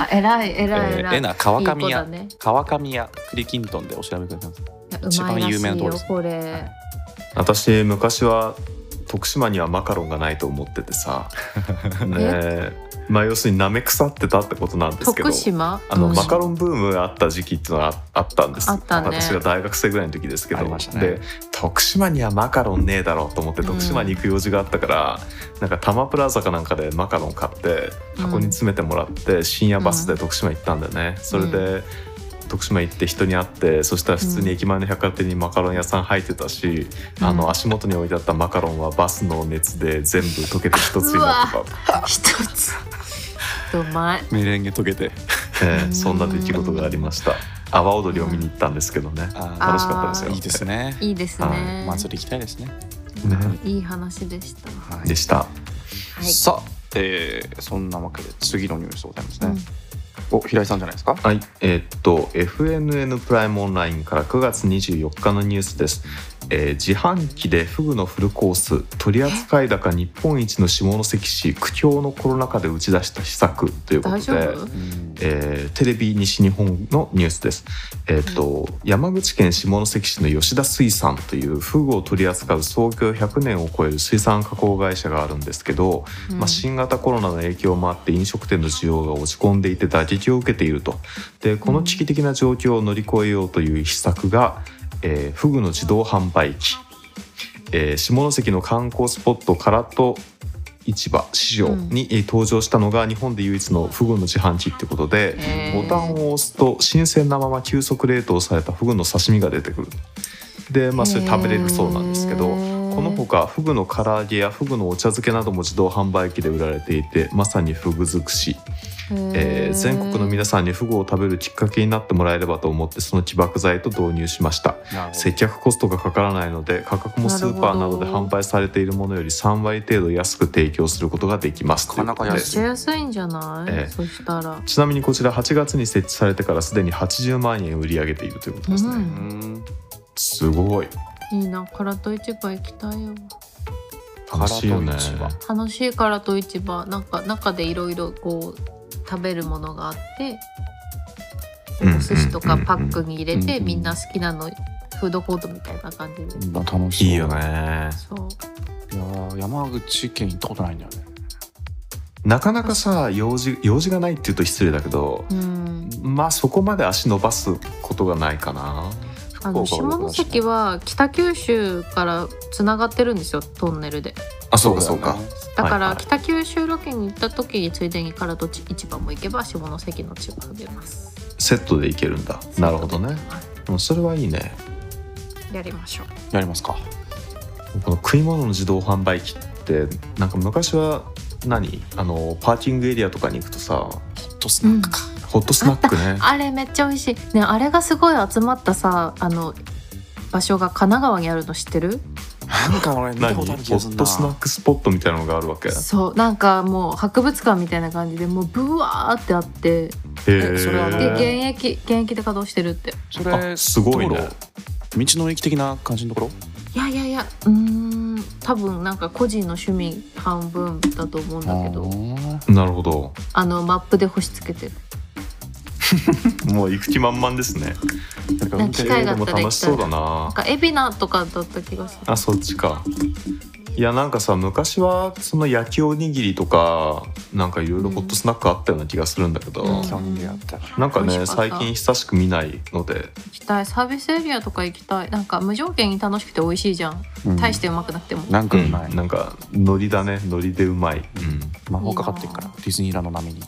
D: あ偉い
B: え
D: 偉い偉
B: ー
D: い
B: えな川
D: いい
B: 上
D: 子だ
B: 屋
D: ね
B: 川上屋クリキントンでお調べください。
D: いや
B: 一
D: う
B: 番
D: まいら
B: 有
D: し
B: 名ないところ
D: よ
B: です
D: これ
C: 私昔は徳島にはマカロンがないと思っててさねえまあ要するになめ腐ってたってことなんですけど
D: 徳島
C: あの
D: うん
C: マカロンブームあった時期っていうのはああったんです
D: あったね
C: 私が大学生ぐらいの時ですけ
B: あ
C: ど、
B: りましたね
C: で徳島にはマカロンねえだろうと思って
D: うん
C: 徳島に行く用事があったから、なんかタマプラザかなんかでマカロン買って箱に詰めてもらって深夜バスで徳島行ったんだよね、それで徳島行って人に会ってそしたら普通に駅前の百貨店にマカロン屋さん入ってたし、
D: うん
C: あの足元に置いてあったマカロンはバスの熱で全部溶けて一つになってたとか、
D: 一つうまい
B: メレンゲ溶けて。
C: ええそんな出来事がありました阿波踊りを見に行ったんですけどね、
B: あ
C: 楽しかった
B: あ
C: ですよ
B: いいですね。
D: いいですね
B: 祭り行きたいですね。
C: ね
D: いい話でした
B: は
C: でした。
D: はい
B: さあ、えーそんなわけで次のニュースでございますね。
D: うん
B: お平井さんじゃないですか。
C: はい、えーっと FNN プライムオンラインから9月24日のニュースです、えー自販機でフグのフルコース取扱高日本一の下関市苦境のコロナ禍で打ち出した施策ということ
D: 大
C: で
D: 丈夫
C: えーテレビ西日本のニュースです、えーっと山口県下関市の吉田水産というフグを取り扱う創業100年を超える水産加工会社があるんですけど、
D: うん
C: まあ、新型コロナの影響もあって飲食店の需要が落ち込んでいて打撃を受けているとでこの危機的な状況を乗り越えようという施策が、えーフグの自動販売機、えー下関の観光スポットからと市場市場にえー登場したのが日本で唯一のフグの自販機ってことで、
D: へー
C: ボタンを押すと新鮮なまま急速冷凍されたフグの刺身が出てくるでまあそれ食べれるそうなんですけど
D: へー
C: このほかフグの唐揚げやフグのお茶漬けなども自動販売機で売られていてまさにフグ尽くし、えー全国の皆さんにフグを食べるきっかけになってもらえればと思ってその起爆剤と導入しました
B: なるほ
C: 接
B: ど
C: 客コストがかからないので価格もスーパーなどで販売されているものより3割程度安く提供することができます
B: なかなか
C: ということ
D: め
C: で
D: っちゃ安いんじゃない、
C: ええ
D: そしたら
C: ちなみにこちら8月に設置されてからすでに80万円売り上げているということです
B: う
D: う
C: ね、
B: ーん。
C: すごい
D: いいな唐戸市場行きたいよ
C: 楽しいよね
B: 唐戸市場
D: 楽しい唐戸市場なんか中でいろいろこう食べるものがあって
C: うん
D: お寿司とかパックに入れ
B: うんうん
D: て、
B: うん
D: みんな好きなのフードコートみたいな感じで、
B: まあ楽しい
C: いいよ。ね
D: そう
B: いやー山口県行ったことないんだよね。
C: なかなかさ用事用事がないっていうと失礼だけど
D: うん
C: まあそこまで足伸ばすことがないかな
D: あの
B: 福岡は
D: 下関は北九州からつながってるんですよトンネルで
C: あ
D: だか
C: はい
D: ら
C: はい
D: 北九州ロケに行った時についでに唐戸市場も行けば下関の市場が出ます
C: セットでいけるんだなるほどねうんそれはいいね
D: やりましょう
B: やりますか。
C: この食い物の自動販売機ってなんか昔は何あのパーキングエリアとかに行くとさ
B: ホットスナックか。
C: ホットスナックね
D: あれめっちゃ美味しいねあれがすごい集まったさあの場所が神奈川にあるの知ってる
B: なんか俺見
C: *laughs* 何
B: た
C: ホ
B: ことある気がする
C: ッ
B: な。
C: トスナックスポットみたいなのがあるわけへ
D: そうなんかもう博物館みたいな感じでもうブワーってあって
C: え
B: それは
D: で
B: ね
D: 現役現役で稼働してるって
B: そ
C: あ
B: れ
C: すごい
B: 道
C: ね
B: 路道の駅的な感じのとこ
D: いやいやいやうーん多分なんか個人の趣味半分だと思うんだけ
B: ろ。
D: ど
C: なるほど
D: あのマップで星つけてる
C: もう行く気満々ですね
B: なんか運
D: なん
B: 転
D: か機械があ
C: で
D: った
C: も
D: ら行きたい
C: 楽しそうだな
D: なんか海老名とかだった気がする
C: あそっちかいやなんかさ昔はその焼きおにぎりとかなんかいろいろホットスナックあったような気がするんだけど、
D: うん
B: キャンディーあったら。
C: なんか
D: 美
C: ね
D: 味しかっ
C: 最
D: た
C: 近久しく見ないので
D: 行きたいサービスエリアとか行きたいなんか無条件に楽しくて美味しいじゃん、
B: うん
D: 大してうまくなくても
B: なんかうまい。
C: なんかノリだねノリでうまい、
B: 魔法かかってるからディズニーランド並み
D: *laughs*
B: に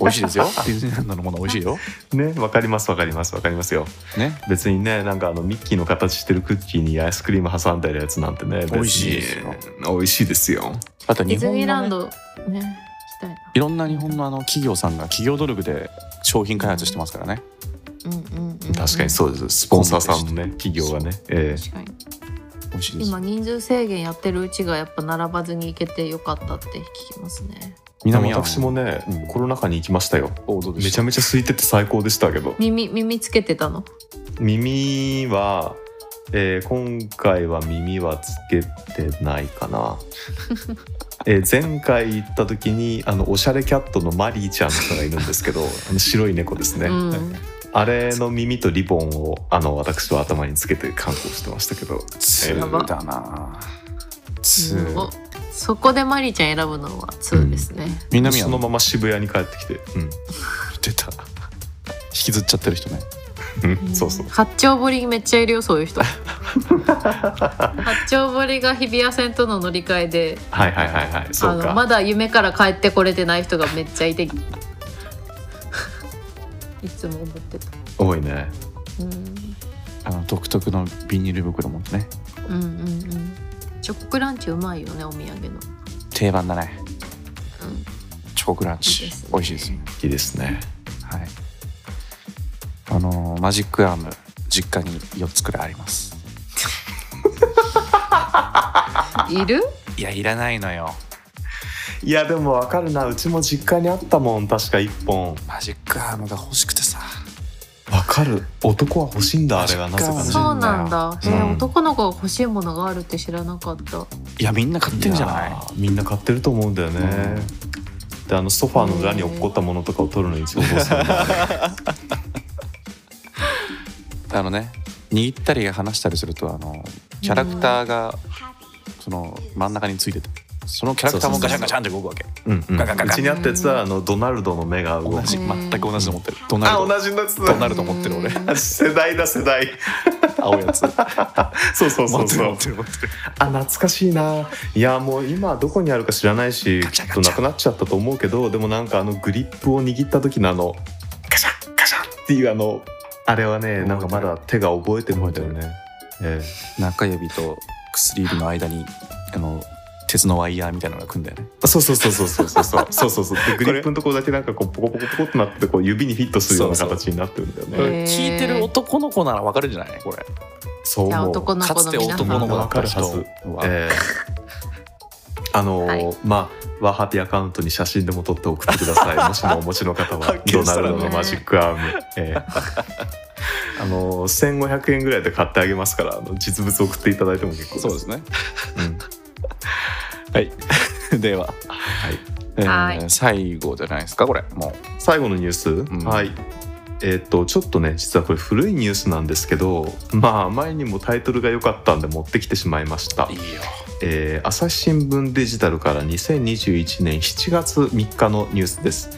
B: 美味しい
D: *laughs*
B: ですよディズニーランドのもの美味しいよ
C: ねわかりますわかりますわかりますよ
B: ね
C: 別にねなんかあのミッキーの形してるクッキーにアイスクリーム挟んでるやつなんてね別に
B: 美味しいですよ
C: 美味しいですよ
B: あと
D: デ
B: 日
D: ィ
B: 本の、ね、
D: ズニーランドね行きたい
B: いろんな日本のあの企業さんが企業努力で商品開発してますからね
D: なうんうんうん、うん、
C: 確かにそうですスポンサーさんもね企業がねええ
D: 確かに
B: 美味しいです
D: 今人数制限やってるうちがやっぱ並ばずに行けてよかったって聞きますね
B: 南
C: 私もね、
B: うん
C: コロナ禍に行きましたよ
B: 王道で
C: め
B: し
C: ちゃ
B: た
C: めちゃ空いてて最高でしたけど
D: 耳耳つけてたの
C: 耳はえー今回は耳はつけてない
B: *laughs*
C: かな。えー前回行った時にあのおしゃれキャットのマリーちゃんとかがいるんで
B: *laughs*
C: すけどあの白い猫ですね、
D: うん
C: あれの耳とリボンをあの私は頭につけて観光してましたけど
B: ツ
D: やば
B: ーだなツ
D: お
B: ー
D: そこでマリちゃん選ぶのは2ですね、
B: 南
C: そ
B: は
C: のまま渋谷に帰ってきて、
B: *laughs*
C: うん
B: 出た引きずっちゃってる人ね
C: うんそうそう
D: 八丁堀めっちゃいるよそういう人八丁堀が日比谷線との乗り換えで
C: はいはいはいはいそ
D: あ
C: う
D: のま
C: か
D: だ夢から帰ってこれてない人がめっちゃいていつも思ってた
C: 多いね
D: うん
B: あの独特のビニール袋持ってね
D: うんうんうんチョコクランチうまいよねお土産の
B: 定番だね
D: うん
B: チョコクランチ
D: いいですね
B: 美味しいですね
C: いいですね
B: はいあのーマジックアーム実家に4つくらいあります
D: いる
B: いやいらないのよ
C: いやでもわかるなうちも実家にあったもん確か1本
B: マジックアームが欲しくてさ
C: わかる男は欲しいんだあれがなぜか
B: マジ
C: ね
B: か
D: そうなんだへえ
C: うん
D: 男の子が欲しいものがあるって知らなかった
B: いやみんな買ってんじゃない
C: やーみんな買ってると思うんだよね、であのソファーの裏に落っこったものとかを取るのに重宝するんだ
B: あのね握ったり話したりするとあのキャラクターがその真ん中についててそのキャラクターもガチャンガチャンって動くわけ
C: うんうん
B: ガガガ
C: う
B: ガ
C: ちにあったやつはあのドナルドの目が動
B: 同
C: く
B: じ
D: へー
B: 全く同じの持ってるドナ
C: あ
B: ルド
C: 同じのやつ
B: ドナルド持ってる俺
D: うん
C: 世代だ世代
B: 青いやつ
C: そうそう
B: 持
C: そ
B: っ
C: う
B: てる
C: そ
B: 持
C: う
B: ってる持ってる
C: あ懐かしいないやもう今どこにあるか知らないし
B: ガチャ
C: きっ
B: ガチャ
C: となくなっちゃったと思うけどでもなんかあのグリップを握った時のあのガシャッガシャッっていうあのあれはねなんかまだ手が覚えてるんだよね、え
B: *laughs* 中指と薬指の間にあの鉄のワイヤーみたいなのが組んだよね
C: えそうそうそうそうそうそうそうそうそうそうでグリップのところだけなんかこうポコポコポコってなってこう指にフィットするような
B: そうそう
C: 形になってるんだよね
D: へー
B: 聞いてる男の子ならわかるんじゃないこれ
C: そう
D: じゃあ
C: 思う
D: 男の
B: か
D: 子
B: つ
D: の
B: て
D: 皆さ
B: 男
D: ん
B: の子
D: は
B: だった人
C: わかる
B: は、
C: ええ *laughs* あのー
D: はい
C: まあワハピアカウントに写真でも撮って送ってく
B: *laughs*
C: ださいもしもお持ちの方は
B: 発
C: ド
B: 見し
C: ナ
B: た
C: ル
B: らね
C: ドのマジックアーム、ええ *laughs* あのー1500円ぐらいで買ってあげますからあの実物送っていただいても結構
B: そうですね
C: うん
B: はい *laughs* では、
C: はい
B: えー
D: はい
B: 最後じゃないですかこれも
C: 最後のニュース、
B: ん
C: はいえーっとちょっとね実はこれ古いニュースなんですけどまああまりにもタイトルが良かったんで持ってきてしまいました
B: ういいよ
C: えー朝日新聞デジタルから2021年7月3日のニュースです、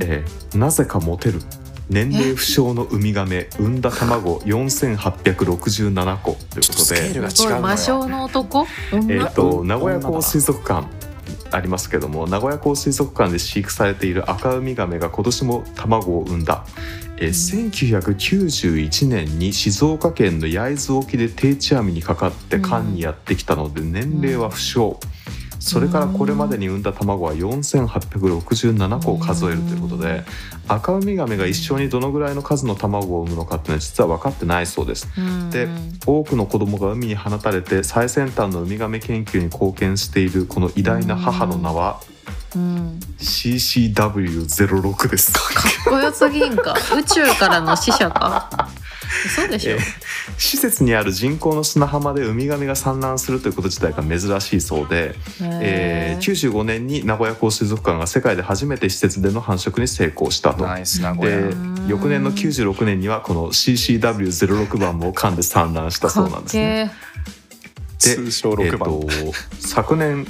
C: えーなぜかモテる年齢不詳のウミガメ産んだ卵4867個という
B: ちょっと
C: こ
B: ス
C: と
B: ケール
C: で
B: が違
D: すごいう
B: の
D: 魔
B: よ
D: 性の男
C: え
D: 女
C: ー、と名古屋港水族館ありますけども名古屋港水族館で飼育されている赤ウミガメが今年も卵を産んだ、えー1991年に静岡県の焼津沖で定置網にかかって缶にやってきたので年齢は不詳、それからこれまでに産んだ卵は4867個を数えるということで赤ウミガメが一生にどのぐらいの数の卵を産むのかっていうのは実は分かってないそうです。
D: うん
C: で多くの子供が海に放たれて最先端のウミガメ研究に貢献しているこの偉大な母の名は
D: うん、*laughs*
C: CCW06 です。
D: かっこよすぎんか宇宙からの死者かそうでしょ
C: え施設にある人工の砂浜でウミガメが産卵するということ自体が珍しいそうで、えー95年に名古屋港水族館が世界で初めて施設での繁殖に成功したと。
B: ナイス名古屋
C: で翌年の96年にはこの CCW06 番も缶で産卵したそうなんですね。
D: ね
C: で
B: 通称
C: えっ
B: 6番、
C: と昨年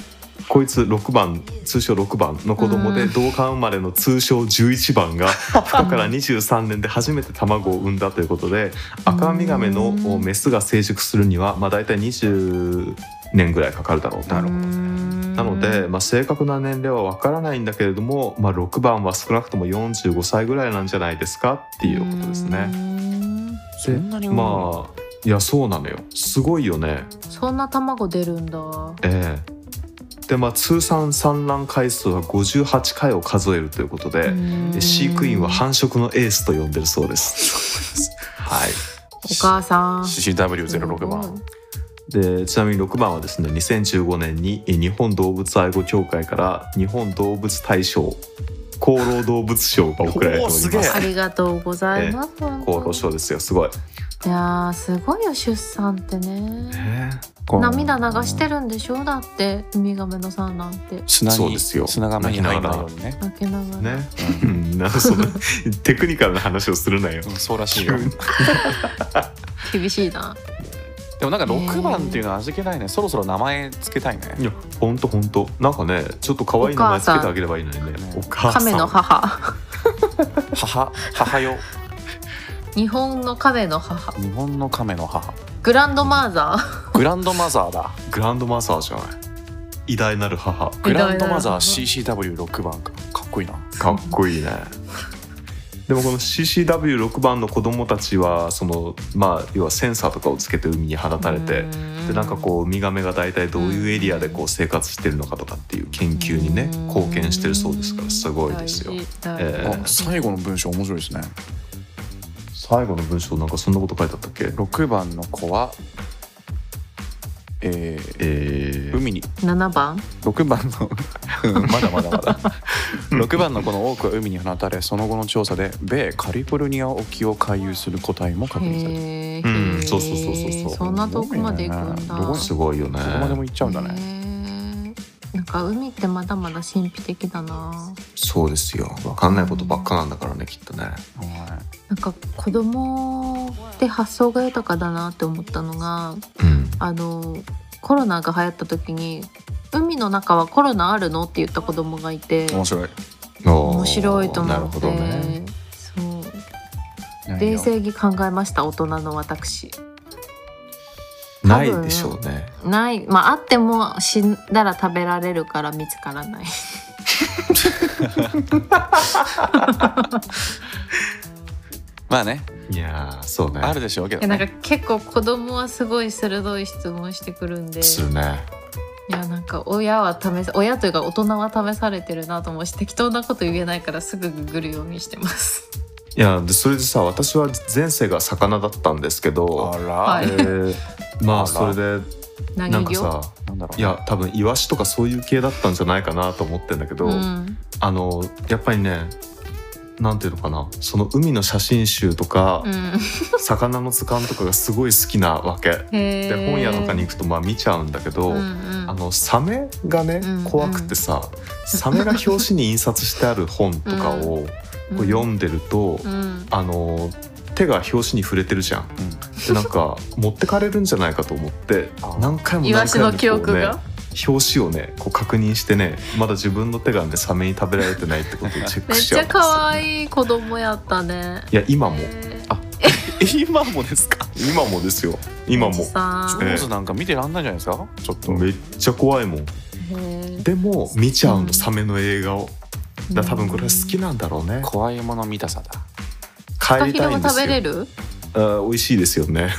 C: こいつ6番通称6番の子供で
D: うん
C: 同館生まれの通称11
B: *laughs*
C: 番が孵化から23年で初めて卵を産んだということで赤ウミガメの
D: うん
C: メスが成熟するには、まあ、大体20年ぐらいかかるだろうと。
B: なるほど
C: なので、まあ、正確な年齢はわからないんだけれども、まあ、6番は少なくとも45歳ぐらいなんじゃないですかっていうことですね。
D: ね
B: そんなに多いの
C: まあいやそうなのよすごいよね。
D: そんな卵出るんだ
C: ええでまあ通算産卵回数は58回を数えるということで、
D: うん
C: 飼育員は繁殖のエースと呼んでるそうです。はい、
D: お母さん
B: CCW06 番
C: でちなみに6番はですね2015年にえ日本動物愛護協会から日本動物大賞厚労動物賞が贈られており
B: おー
C: ますす
B: げえ。
D: ありがとうございます
C: 厚労省ですよすごい。
D: いやーすごいよ出産ってね
C: ね
D: 涙流してるんでしょだってウミガメのさんなんて
B: 砂に
C: そうですよ
B: 砂が目に入らないようにね
D: 泣きながら、
C: ね、 *laughs* うん、なんかそのテクニカルな話をするなよ
B: うんそうらしいよ
C: 急に
D: 厳しいな
B: でもなんか
D: ね
B: 6番っていうのは味気ないねそろそろ名前つけたいね
C: いやほんとほんとなんかねちょっと可愛い名前つけてあげればいいのにね
B: お
C: お母さん
D: 亀の母
B: 母母よ
D: 日本の亀の母
B: 日本の亀の母
D: グランドマーザ
B: グランドマザーだ
C: グランドマザーじゃない偉大なる母
B: グランドマザー
D: 偉
B: CCW6 番かかっこいいな
C: かっこいいねでもこの CCW6 番の子供たちはそのまあ要はセンサーとかをつけて海に放
D: ー
C: たれてでなんかこうウミガメが大体どういうエリアで
D: う
C: こう生活してるのかとかっていう研
D: う
C: 究にね貢献してるそうですからすごいですよ
D: 大。事大事
C: え
B: あ
C: ー
B: 最後の文章面白いですね
C: 最後の文章なんかそんなこと書いてあったっけ
B: 6番の子はえー
C: えー、
B: 海に
D: 7番
B: 6番のうん *laughs* まだまだま *laughs* だ6番のこの多くは海に放たれその後の調査で米カリフォルニア沖を回遊する個体も確認された
D: へえ
C: うんそうそうそうそうそう
D: そんな遠くまで行くんだ
B: どこ
C: すごいよね
B: ど。こまでも行っちゃうんだね
D: ねなんか海ってまだまだ神秘的だな
C: そうですよ。わかんないことばっかなんだからねきっとね。
B: は
D: なんか子供って発想が豊かだなって思ったのが
C: うん。
D: あのコロナが流行った時に「海の中はコロナあるの?」って言った子供がいて
B: い面白い
D: 面白いと
C: なる
D: 思っ
C: ほ
D: て、
C: どね。
D: そう冷静に考えました大人の私
C: ないでしょうね。
D: ないまああっても死んだら食べられるから見つから *laughs* ない
B: まあね
C: いやーそうね。
B: あるでしょうけ
D: いや
B: ど
D: なんか
B: ね
D: 結構子供はすごい鋭い質問してくるんです
C: るね。
D: いやなんか親は試さ親というか大人は試されてるなと思うし適当なこと言えないからすぐググるようにして
C: *laughs*
D: ます。
C: いやでそれでさ私は前世が魚だったんですけど
B: あ、ら、
D: は
C: え
D: い
C: ー、まあそれでな
D: 何
C: んか
D: 魚
C: さ
B: なんだろう
C: いや多分イワシとかそういう系だったんじゃないかなと思ってんだけど、
D: うん
C: あのやっぱりねなんていうのかなその海の写真集とか
D: う、ん、
C: 魚の図鑑とかがすごい好きなわけ。
D: へ
C: で
D: ー
C: 本屋とかに行くとまあ見ちゃうんだけど、
D: うんうん
C: あのサメがね
D: うんうん
C: 怖くてさ、サメが表紙に印刷してある本とかをこう読んでると、
D: うん
C: あの手が表紙に触れてるじゃん。
B: うん
C: でなん
D: *laughs*
C: か持ってかれるんじゃないかと思って
B: あ
C: 何回も
D: イワ
C: 何
D: シ
C: 回も
D: の
C: こ
D: 記憶
C: うね
D: が、
C: 表紙をねこう確認してねまだ自分の手がねサメに食べられてないってことをチェック
D: めっ
C: しち
D: ち
C: ゃう
D: ゃ
C: んですよね
D: 可愛い子供やったね。
C: いや今も
B: *laughs* 今もですか
C: 今もですよ今も
D: おじさ
B: ジ
D: ん
B: ョーズなんか見てらんないんじゃないですかちょっと
C: めっちゃ怖いもん
D: へー
C: でも見ちゃう
D: うん
C: のサメの映画をだから多分これは好きなんだろうね
B: 怖いもの見たさだ
D: フカ
C: 帰り
D: ヒ
C: た
D: レ
C: いん
D: も
C: で
D: 食
C: す
D: べれ
C: よ
D: る？
C: あー美味しいですよね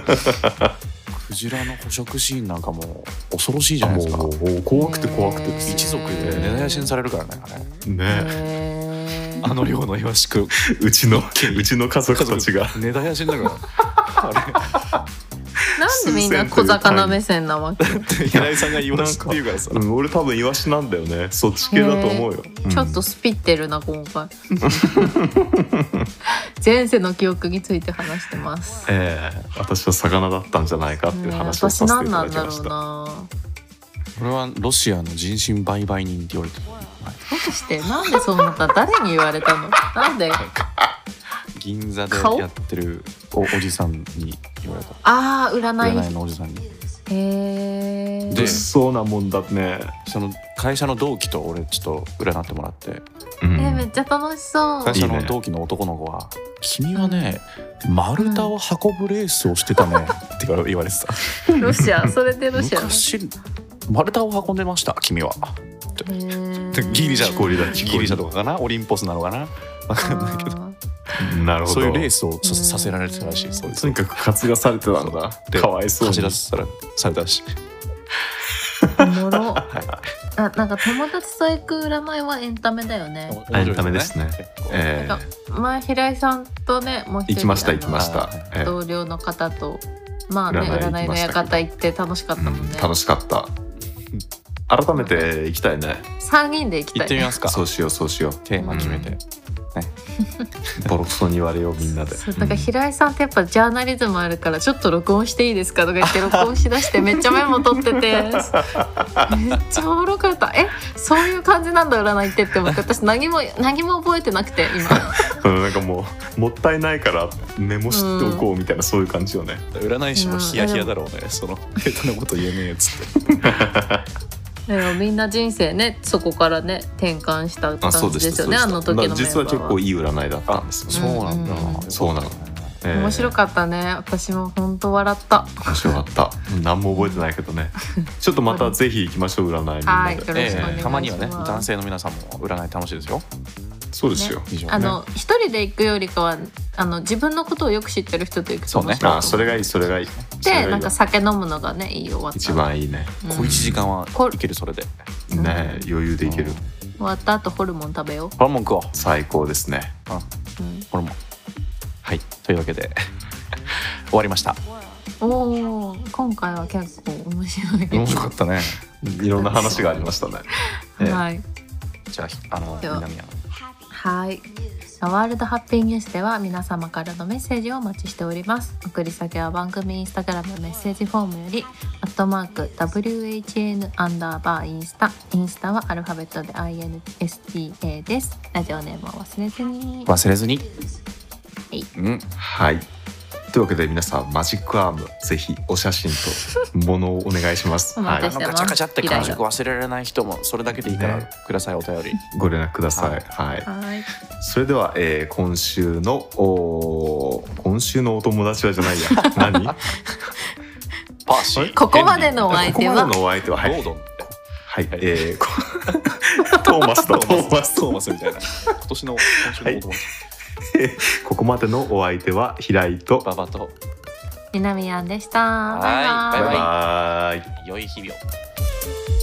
B: クジラの捕食シーンなんかもう恐ろしいじ
C: あ
B: ゃない
C: も
B: です
C: う
B: か
C: もうもう怖くて怖くて
D: へー
B: 一族で根絶やしにされるからねあれ
C: ね
D: へー
B: あの量のイワシ君
C: うちのうちの家族たちが
B: 根絶やしになるからあ
D: なんでみんな小魚目線なわけ？
B: れ平井さんがイワシって言うからさ
C: うん俺多分イワシなんだよねそっち系だと思うよ、うん
D: ちょっとスピってるな今回 *laughs* 前世の記憶について話してます、
C: ええ私は魚だったんじゃないかってい
D: ね
C: う話を
D: 私
C: さ
D: 何
C: せていた
D: な
C: だ
D: ん
C: き
D: だ
C: ま
D: ろ
C: し
D: う
C: た。
D: な
B: これはロシアの人身売買人って言われてる
D: どうしてなんでそう思った誰に言われたのなんで
B: 銀座で
D: 顔
B: やってるおおじさんに言われた
D: あー占
B: 占い
D: い
B: のおじさんに
D: へえ
B: で
C: 物騒なもんだね。
B: その会社の同期と俺ちょっと占ってもらって
C: うん
D: えめっちゃ楽しそう
B: 会社の同期の男の子は「君はね丸太を運ぶレースをしてたね」って言われ言われてた
D: ロシアそれでロシア
B: 昔丸太を運んでました君は
D: へー
B: ギリシャ
C: こ氷だ
B: ギリシャとかかなオリンポスなのかなわかんないけど
D: あー
C: なるほ
B: そ
C: ど。
B: ういうレースをささせられてたらしいそうです
C: とにかく担がされてたんだ
B: で。
C: かわいそうに。
B: 走らせたらされたらしい
D: おも
C: *laughs*
D: ろあなんか友達と行く占いはエンタメだよね
C: エンタメですね
B: 結構
C: え
D: なんか前平井さんとねもう一人
C: え行きました
D: あの
C: 行きました
B: あ。
C: ええ
D: 同僚の方とまあね
C: 占い行きました
D: 占いの館行って楽しかったもん
C: うん
D: ね、
C: 楽しかった。改めて行きたいね。
D: 3人で行き
B: 行
D: た
B: っ
D: い
B: てみ
D: ね
B: ますか
C: そうしようそうしよう。
B: テーマ決めて
C: *laughs* ボロクソに言われようみんなで
D: そうだから平井さんってやっぱジャーナリズムあるからちょっと録音していいですかとか言
C: *laughs*
D: って録音しだしてめっちゃメモ取っててめっちゃおもろかったえそういう感じなんだ占いってって思って私何も何も覚えてなくて
C: *laughs*
D: 今
C: うんなんかもうもったいないからメモしておこうみたいな、そういう感じよね
B: 占い師もヒヤヒヤだろうね、その下手なこと言えねえっつって
D: でもみんな人生ねそこからね転換した
C: あそ
D: 感
C: う
D: じ
C: でし
D: です
C: た
D: よ
C: そうで
D: ね
C: し
D: あ
C: た
D: の時のメンバーは
C: だから実は結構いい占いだったんですよね
D: そうなんだうん
C: そうなのえー
D: 面白かったね私も本当笑った
C: 面白かった何も覚えてないけどねちょっとまたぜひ行きましょう占いみんなで、
D: はいよろしくお願いします
B: ええたまにはね男性の皆さんも占い楽しいですよ
C: そうですよ、
B: 以上ね
D: あの一人で行くよりかはあの自分のことをよく知ってる人と行くと面白いと思
C: あそれがいいそれがいいそれがいい
D: で
C: わ
D: なんか酒飲むのがねいいよ終わった
C: 一
D: ら
C: 番いいね
D: うん
B: 小1時間は
D: こ
B: いけるそれで
D: うん
C: ねえ余裕でいける、
B: うん
D: 終わった後ホルモン食べよ
B: ホルモン食おう
C: 最高ですね
D: う、うん、
B: ホルモンはいというわけで *laughs* 終わりました
D: おお今回は結構面白い、
B: 面白かったね
C: いろんな話がありましたね
B: ええ
D: はい
B: じゃああの
D: では
B: 南谷
D: はいワールドハッピーニュースでは皆様からのメッセージをお待ちしております送り先は番組インスタグラムメッセージフォームよりアットマーク WHN アンダーバーインスタインスタはアルファベットで INSTA ですラジオネームを忘れずに
B: 忘れずに
D: い
B: うん
C: はいというわけで皆さんマジックアームぜひお写真と物をお願いします
D: お待
C: は
D: た
B: あ
D: せし
B: の
D: て
B: ガ
D: ま
B: チ
D: す
B: ャガチャって感触忘れられない人もそれだけでいいから
C: ね
B: くださいお便り
C: いご連絡ください、
B: はい
C: はい、
D: はい
C: それでは、えー今週のおー今週のお友達はじゃないや何
B: パーシー
D: ここまでのお相手は
C: ここまでのお相手はは
B: ロー
C: い、 *laughs*
B: ドンって
C: はいえーこ *laughs* トーマスとトーマス
B: トーマスみたいな今年の今週のお友達
C: ここまでのお相手は平井と
B: ババと
D: 南アンでした
B: はいバイバイ
C: バイバイ
B: 良い日々を